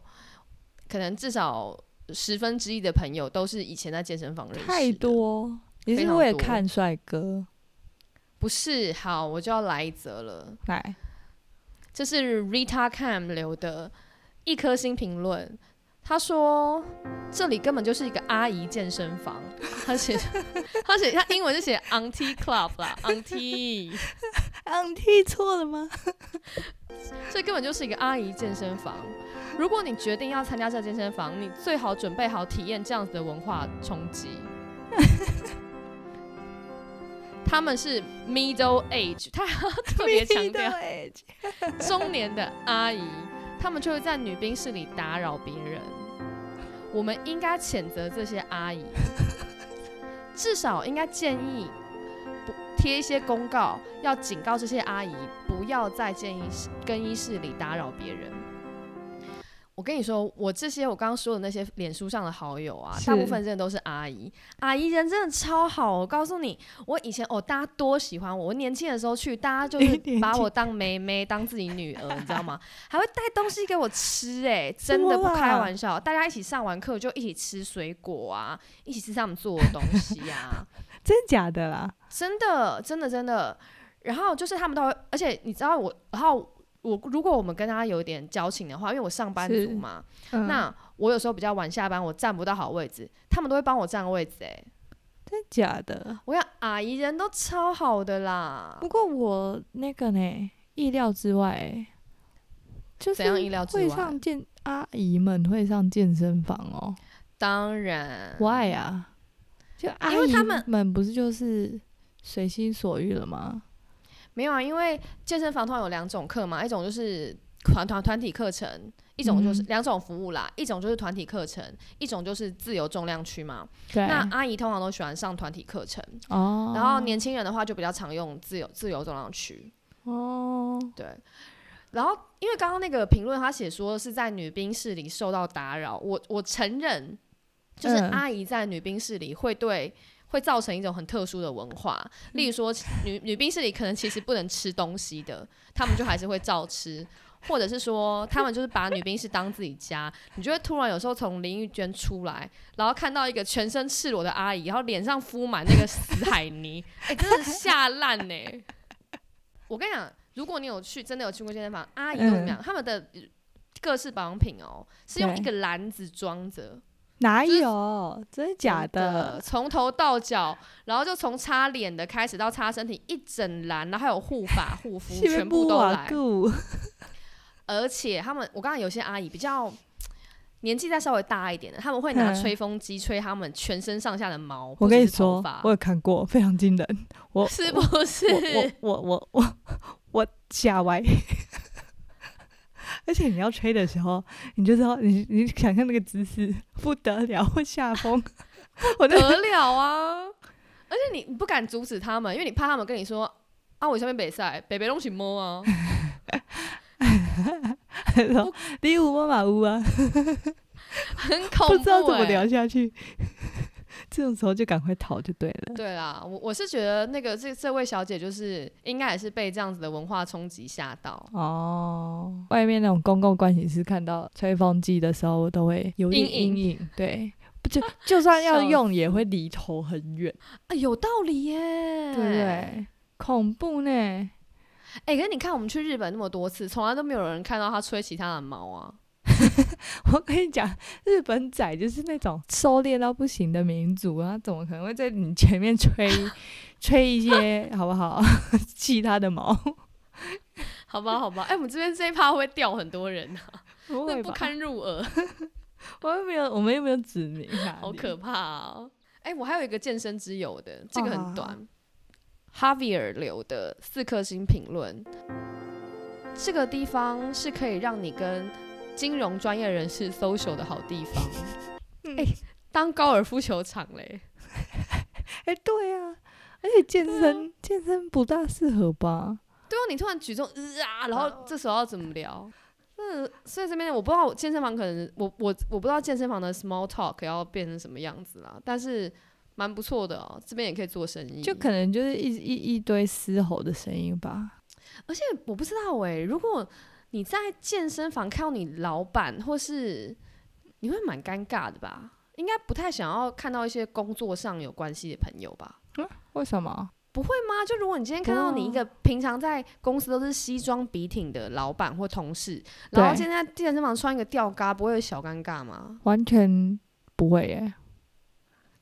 Speaker 1: 可能至少十分之一的朋友都是以前在健身房认识的。
Speaker 2: 太多，你
Speaker 1: 非
Speaker 2: 是
Speaker 1: 常
Speaker 2: 为了
Speaker 1: 多
Speaker 2: 看帅哥
Speaker 1: 不是好，我就要来一则了。
Speaker 2: 来？
Speaker 1: 这是 Rita Cam 留的一颗星评论，他说这里根本就是一个阿姨健身房，他写他写他英文就写 Auntie Club 啦，Auntie，
Speaker 2: 嗯，踢错了吗？
Speaker 1: 这根本就是一个阿姨健身房。如果你决定要参加这健身房，你最好准备好体验这样子的文化冲击。他们是 middle age，他还要特别强调中年的阿姨，她们就会在女宾室里打扰别人。我们应该谴责这些阿姨，至少应该建议不贴一些公告，要警告这些阿姨不要在建议室更衣室里打扰别人。我跟你说，我这些我刚刚说的那些脸书上的好友啊，
Speaker 2: 是
Speaker 1: 大部分真的都是阿姨，阿姨人真的超好。我告诉你，我以前哦，大家多喜欢我。我年轻的时候去，大家就
Speaker 2: 年
Speaker 1: 是
Speaker 2: 轻
Speaker 1: 把我当妹妹，当自己女儿，你知道吗？ 还会带东西给我吃、欸，真的
Speaker 2: 什么
Speaker 1: 不
Speaker 2: 啦
Speaker 1: 开玩笑。大家一起上完课就一起吃水果啊，一起吃他们做的东西 啊，
Speaker 2: 真假的啦？
Speaker 1: 真的，真的，真的。然后就是他们都会，而且你知道我，然后我如果我们跟他有点交情的话，因为我上班
Speaker 2: 是
Speaker 1: 族嘛，
Speaker 2: 嗯、
Speaker 1: 那我有时候比较晚下班，我占不到好位置，他们都会帮我占位置、欸。
Speaker 2: 真假的？
Speaker 1: 我想阿姨人都超好的啦
Speaker 2: 不，过我那个呢，意料之外欸，就 是
Speaker 1: 怎样意料之
Speaker 2: 会
Speaker 1: 外
Speaker 2: 上健阿姨们会上健身房哦
Speaker 1: 当然，
Speaker 2: ？Why 啊？就阿
Speaker 1: 因为
Speaker 2: 姨
Speaker 1: 他们
Speaker 2: 们不是就是随心所欲了吗？
Speaker 1: 没有啊，因为健身房通常有两种课嘛，一种就是团团团体课程，一种就是
Speaker 2: 嗯
Speaker 1: 两、种服务啦，一种就是团体课程，一种就是自由重量区嘛。
Speaker 2: 对，
Speaker 1: 那阿姨通常都喜欢上团体课程，
Speaker 2: 哦，
Speaker 1: 然后年轻人的话就比较常用自由自由重量区。
Speaker 2: 哦，
Speaker 1: 对。然后，因为刚刚那个评论他写说是在女宾室里受到打扰，我我承认，就是
Speaker 2: 嗯
Speaker 1: 阿姨在女宾室里会对。会造成一种很特殊的文化，例如说女女宾室里可能其实不能吃东西的，他们就还是会照吃，或者是说他们就是把女宾室当自己家， 你就会突然有时候从淋浴间出来，然后看到一个全身赤裸的阿姨，然后脸上敷满那个死海 泥，哎、真的吓烂呢、我跟你讲，如果你有去，真的有去过健身房，阿姨都怎么
Speaker 2: 嗯
Speaker 1: 样？他们的呃各式保养品哦，是用
Speaker 2: 对
Speaker 1: 一个篮子装着，
Speaker 2: 哪
Speaker 1: 就是
Speaker 2: 有？真的假
Speaker 1: 真
Speaker 2: 的？
Speaker 1: 从头到脚，然后就从擦脸的开始到擦身体，一整篮，然后还有护发、护 肤，
Speaker 2: 是不是
Speaker 1: 全部
Speaker 2: 布
Speaker 1: 都
Speaker 2: 瓦
Speaker 1: 来。
Speaker 2: 固
Speaker 1: 而且他们，我刚才有些阿姨比较年纪再稍微大一点的，他们会拿
Speaker 2: 嗯
Speaker 1: 吹风机吹他们全身上下的毛，
Speaker 2: 我
Speaker 1: 不
Speaker 2: 跟
Speaker 1: 只
Speaker 2: 你
Speaker 1: 是头
Speaker 2: 说
Speaker 1: 发，
Speaker 2: 我有看过，非常惊人。我
Speaker 1: 是不是？
Speaker 2: 我我我我我我吓歪。而且你要吹的时候，你就知道你你想象那个姿势不得了，会下 风。我那
Speaker 1: 得了啊！而且你你不敢阻止他们，因为你怕他们跟你说啊，我下面北赛北北东西摸 啊，
Speaker 2: 说你有我马屋啊，
Speaker 1: 很
Speaker 2: 不
Speaker 1: 恐
Speaker 2: 知道
Speaker 1: 怖、
Speaker 2: 怎
Speaker 1: 欸。
Speaker 2: 么聊下去。 这种时候就赶快逃就对了。
Speaker 1: 对啦，我我是觉得那个这这位小姐就是应该也是被这样子的文化冲击吓到，
Speaker 2: 哦，外面那种公共盥洗室看到吹风机的时候，我都会有点
Speaker 1: 阴
Speaker 2: 阴
Speaker 1: 影
Speaker 2: 影。对，不就就算要
Speaker 1: 笑死
Speaker 2: 用，也会离头很远，
Speaker 1: 啊，有道理耶，对
Speaker 2: 对不对？恐怖呢？
Speaker 1: 哎、可是你看我们去日本那么多次，从来都没有人看到她吹其他的毛啊，
Speaker 2: 我跟你讲，日本仔就是那种收敛到不行的民族啊，怎么可能会在你前 面吹吹一些好不好？ 其他的毛，
Speaker 1: 好吧，好吧，哎、我们这边这一趴会不会掉很多人啊，
Speaker 2: 不
Speaker 1: 那
Speaker 2: 会
Speaker 1: 不
Speaker 2: 吧？
Speaker 1: 堪入耳。
Speaker 2: 我又没有，我们又没有指啊明哪里
Speaker 1: 好可怕哦！哎、我还有一个健身之友的，这个
Speaker 2: 哇
Speaker 1: 很短。哈维尔留的四颗星评论，这个地方是可以让你跟金融专业人士 social 的好地方。哎、当高尔夫球场嘞，
Speaker 2: 哎、对啊，而且健身、健身不大适合吧？
Speaker 1: 对哦，你突然举重，呃啊，然后这时候要怎么聊？那嗯所以这边我不知道健身房可能我我我不知道健身房的 small talk 要变成什么样子啦，但是蛮不错的哦，这边也可以做生意，
Speaker 2: 就可能就是一一一堆嘶吼的声音吧。
Speaker 1: 而且我不知道哎、如果你在健身房看到你老板，或是你会蛮尴尬的吧？应该不太想要看到一些工作上有关系的朋友吧？
Speaker 2: 为什么？
Speaker 1: 不会吗？就如果你今天看到
Speaker 2: 哦
Speaker 1: 你一个平常在公司都是西装笔挺的老板或同事，
Speaker 2: 对
Speaker 1: 然后现在健身房穿一个吊嘎，不会有小尴尬 吗？
Speaker 2: 完全不会耶、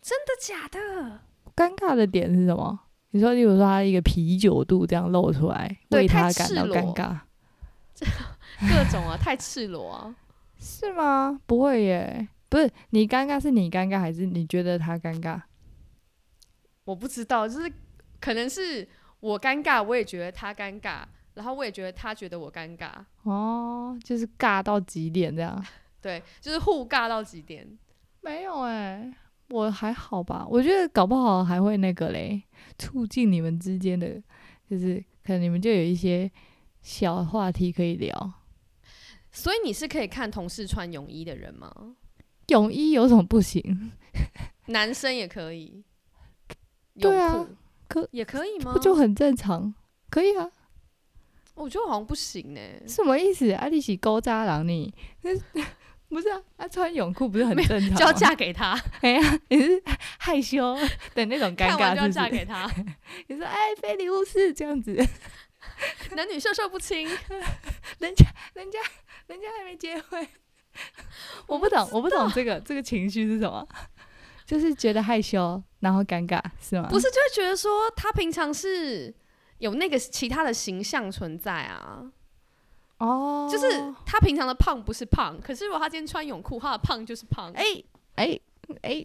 Speaker 1: 真的假的？
Speaker 2: 尴尬的点是什么？你说，例如说他一个啤酒肚这样露出来，
Speaker 1: 对
Speaker 2: 为他
Speaker 1: 太
Speaker 2: 感
Speaker 1: 赤
Speaker 2: 到
Speaker 1: 裸
Speaker 2: 尴尬，
Speaker 1: 各种啊，太赤裸啊！
Speaker 2: 是吗？不会耶，不是你尴尬是你尴尬，还是你觉得他尴尬？
Speaker 1: 我不知道，就是可能是我尴尬，我也觉得他尴尬，然后我也觉得他觉得我尴尬。
Speaker 2: 哦，就是尬到极点这样？
Speaker 1: 对，就是互尬到极点。
Speaker 2: 没有哎，我还好吧，我觉得搞不好还会那个嘞，促进你们之间的，就是可能你们就有一些小话题可以聊。
Speaker 1: 所以你是可以看同事穿泳衣的人吗？
Speaker 2: 泳衣有什么不行？
Speaker 1: 男生也可以，
Speaker 2: 对啊
Speaker 1: 泳裤
Speaker 2: 可
Speaker 1: 也可以吗
Speaker 2: 不？就很正常？可以啊，
Speaker 1: 我觉得好像不行呢、欸
Speaker 2: 什么意思？啊，你是勾渣郎你？不是啊，他、穿泳裤不是很正常吗？
Speaker 1: 就要嫁给他，
Speaker 2: 哎呀，你是 害羞的那种尴
Speaker 1: 看
Speaker 2: 尬
Speaker 1: 完，就要
Speaker 2: 是
Speaker 1: 嫁
Speaker 2: 不是？
Speaker 1: 给他，
Speaker 2: 你说哎，非礼勿视这样子，
Speaker 1: 男女授受不 亲。
Speaker 2: 啊人家人家人家还没结婚， 我不懂，我不懂这个这个情绪是什么，就是觉得害羞，然后尴尬是吗？
Speaker 1: 不是，就会觉得说他平常是有那个其他的形象存在啊，
Speaker 2: 哦，
Speaker 1: 就是他平常的胖不是胖，可是如果他今天穿泳裤，他的胖就是胖。
Speaker 2: 哎哎哎，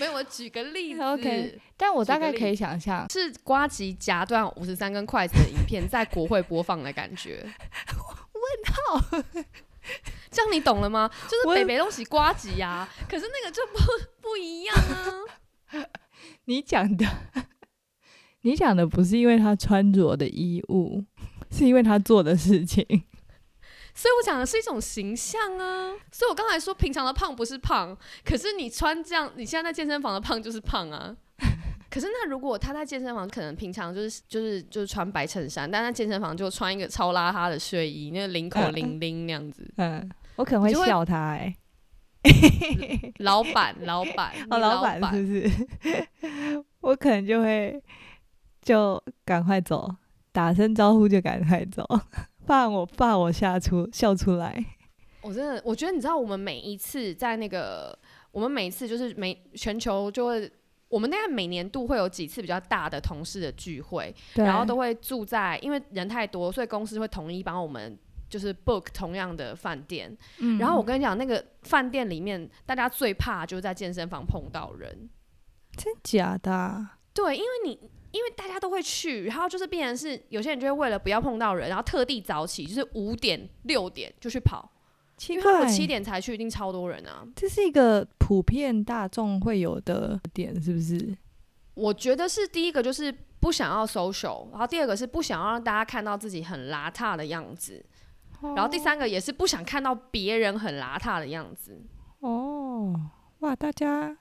Speaker 1: 没有，我举个例子
Speaker 2: OK 但我大概可以想象，
Speaker 1: 是瓜吉夹断五十三根筷子的影片在国会播放的感 觉。问号，这样你懂了吗？就是
Speaker 2: 我
Speaker 1: 北北东西瓜吉呀、可是那个就不不一样啊。
Speaker 2: 你讲的，你讲的不是因为他穿着的衣物， 是因为他做的事情。
Speaker 1: 所以我讲的是一种形象啊。所以我刚才说平常的胖不是胖，可是你穿这样，你现在在健身房的胖就是胖啊。 可是那如果他在健身房，可能平常就是就是就是穿白衬衫，但在健身房就穿一个超邋遢的睡衣，那个领口零零那样 子。
Speaker 2: 嗯，我可能会
Speaker 1: 你就会
Speaker 2: 笑他哎、
Speaker 1: 老板，老板，你
Speaker 2: 哦，老板
Speaker 1: 板
Speaker 2: 是不是？ 我可能就会就赶快走，打声招呼就赶快走，怕我怕我吓出笑出来。
Speaker 1: 我真的，我觉得你知道，我们每一次在那个，我们每一次就是每全球就会，我们大概每年度会有几次比较大的同事的聚会，
Speaker 2: 对
Speaker 1: 然后都会住在，因为人太多，所以公司会统一帮我们就是 book 同样的饭店。
Speaker 2: 嗯
Speaker 1: 然后我跟你讲，那个饭店里面大家最怕就是在健身房碰到人，
Speaker 2: 真假的啊、
Speaker 1: 对，因为你。因为大家都会去，然后就是变成是有些人就会为了不要碰到人，然后特地早起，就是五点六点就去跑，因
Speaker 2: 奇
Speaker 1: 为他
Speaker 2: 怪
Speaker 1: 们，七点才去，一定超多人啊！
Speaker 2: 这是一个普遍大众会有的点，是不是？
Speaker 1: 我觉得是第一个就是不想要 social，然后第二个是不想要让大家看到自己很邋遢的样子， 然后第三个也是不想看到别人很邋遢的样子。
Speaker 2: 哦，哇，大家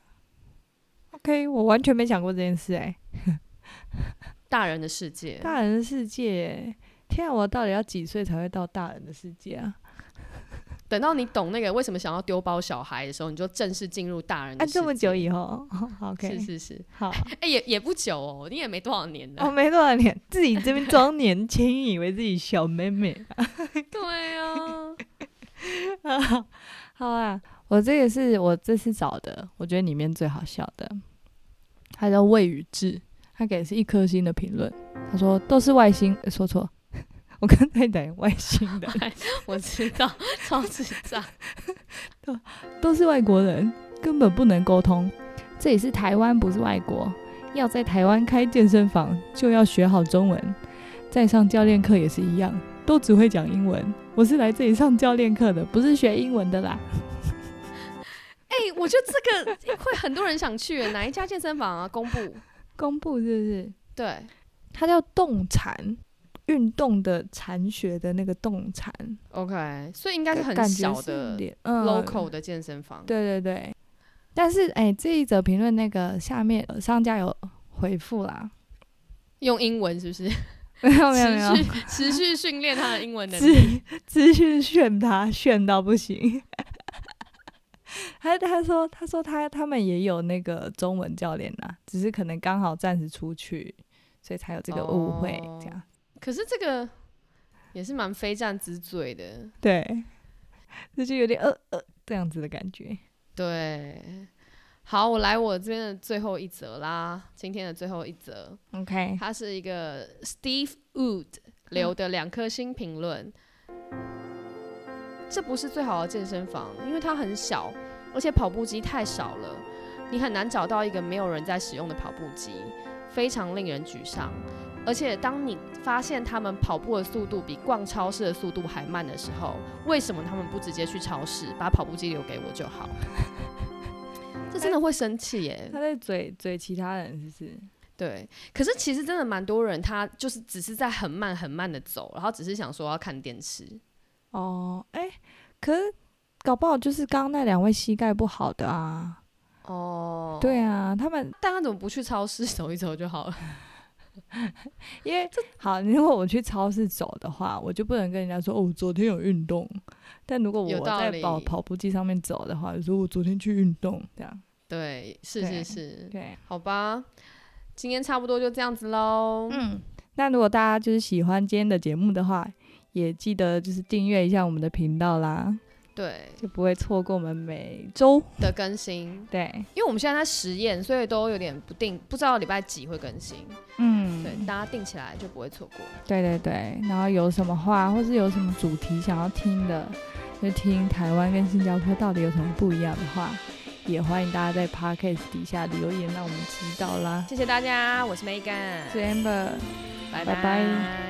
Speaker 2: ，OK，我完全没想过这件事哎、
Speaker 1: 大人的世界，
Speaker 2: 大人的世界耶，天啊，我到底要几岁才会到大人的世界啊？
Speaker 1: 等到你懂那个为什么想要丢包小孩的时候，你就正式进入大人的
Speaker 2: 啊，
Speaker 1: 世界。
Speaker 2: 这么久以后 ，OK，
Speaker 1: 是是是，
Speaker 2: 好，
Speaker 1: 哎、也也不久哦，你也没多少年了。
Speaker 2: 哦，没多少年，自己这边装年轻，以为自己小妹妹。
Speaker 1: 对啊，
Speaker 2: 好啊，我这个是我这次找的，我觉得里面最好笑的，他叫魏宇志，他给的是一颗星的评论，他说都是外星，呃说 错，我刚才等外星的，
Speaker 1: 哎我知道，超智障。
Speaker 2: 都是外国人，根本不能沟通。这里是台湾，不是外国。要在台湾开健身房，就要学好中文。再上教练课也是一样，都只会讲英文。我是来这里上教练课的，不是学英文的啦。
Speaker 1: 哎、我觉得这个会很多人想去，欸哪一家健身房啊？公布
Speaker 2: 公布是不是？
Speaker 1: 对
Speaker 2: 它叫动禅，运动的禅学的那个动禅，
Speaker 1: ，OK，所以应该是很
Speaker 2: 感觉
Speaker 1: 小
Speaker 2: 是
Speaker 1: 的
Speaker 2: 连嗯
Speaker 1: local 的健身房。
Speaker 2: 对对对，但是哎、这一则评论那个下面呃商家有回复啦，
Speaker 1: 用英文是不是？
Speaker 2: 没有哦没有没有
Speaker 1: 持，续持续训练他的英文能力。
Speaker 2: 资资讯炫他炫到不行。 他他说他说他他们也有那个中文教练啦，只是可能刚好暂时出去，所以才有这个误会、
Speaker 1: 哦
Speaker 2: 这样。
Speaker 1: 可是这个也是蛮非战之罪的，
Speaker 2: 对， 这就有点呃呃这样子的感觉。
Speaker 1: 对。好，我来我这边的最后一则啦，今天的最后一则，
Speaker 2: OK，
Speaker 1: 它是一个 Steve Wood 留的两颗星评论。这不是最好的健身房，因为它很小，而且跑步机太少了，你很难找到一个没有人在使用的跑步机，非常令人沮丧。而且当你发现他们跑步的速度比逛超市的速度还慢的时候，为什么他们不直接去超市把跑步机留给我就好？这真的会生气耶、
Speaker 2: 他在嘴嘴其他人是不是？
Speaker 1: 对，可是其实真的蛮多人，他就是只是在很慢很慢的走，然后只是想说要看电视。
Speaker 2: 哦，哎、可是搞不好就是刚刚那两位膝盖不好的啊。
Speaker 1: 哦，
Speaker 2: 对啊，他们
Speaker 1: 但他怎么不去超市 走一走就好了？
Speaker 2: 因为好，如果我去超市走的话，我就不能跟人家说哦，我昨天有运动。但如果
Speaker 1: 有
Speaker 2: 我
Speaker 1: 道
Speaker 2: 在
Speaker 1: 理
Speaker 2: 跑跑步机上面走的话，就说我昨天去运动，这样
Speaker 1: 对，是是
Speaker 2: 对
Speaker 1: 是，
Speaker 2: 对。
Speaker 1: 好吧，今天差不多就这样子喽。
Speaker 2: 嗯，那如果大家就是喜欢今天的节目的话，也记得就是订阅一下我们的频道啦，
Speaker 1: 对
Speaker 2: 就不会错过我们每周
Speaker 1: 的更新，
Speaker 2: 对，
Speaker 1: 因为我们现在在实验，所以都有点不定，不知道礼拜几会更新。
Speaker 2: 嗯
Speaker 1: 对，大家定起来就不会错过。
Speaker 2: 对对对，然后有什么话，或是有什么主题想要听的，就听台湾跟新加坡到底有什么不一样的话，也欢迎大家在 podcast 底下留言，让我们知道啦。
Speaker 1: 谢谢大家，我是 Megan，
Speaker 2: 是 Amber。
Speaker 1: 拜
Speaker 2: 拜
Speaker 1: 拜
Speaker 2: 拜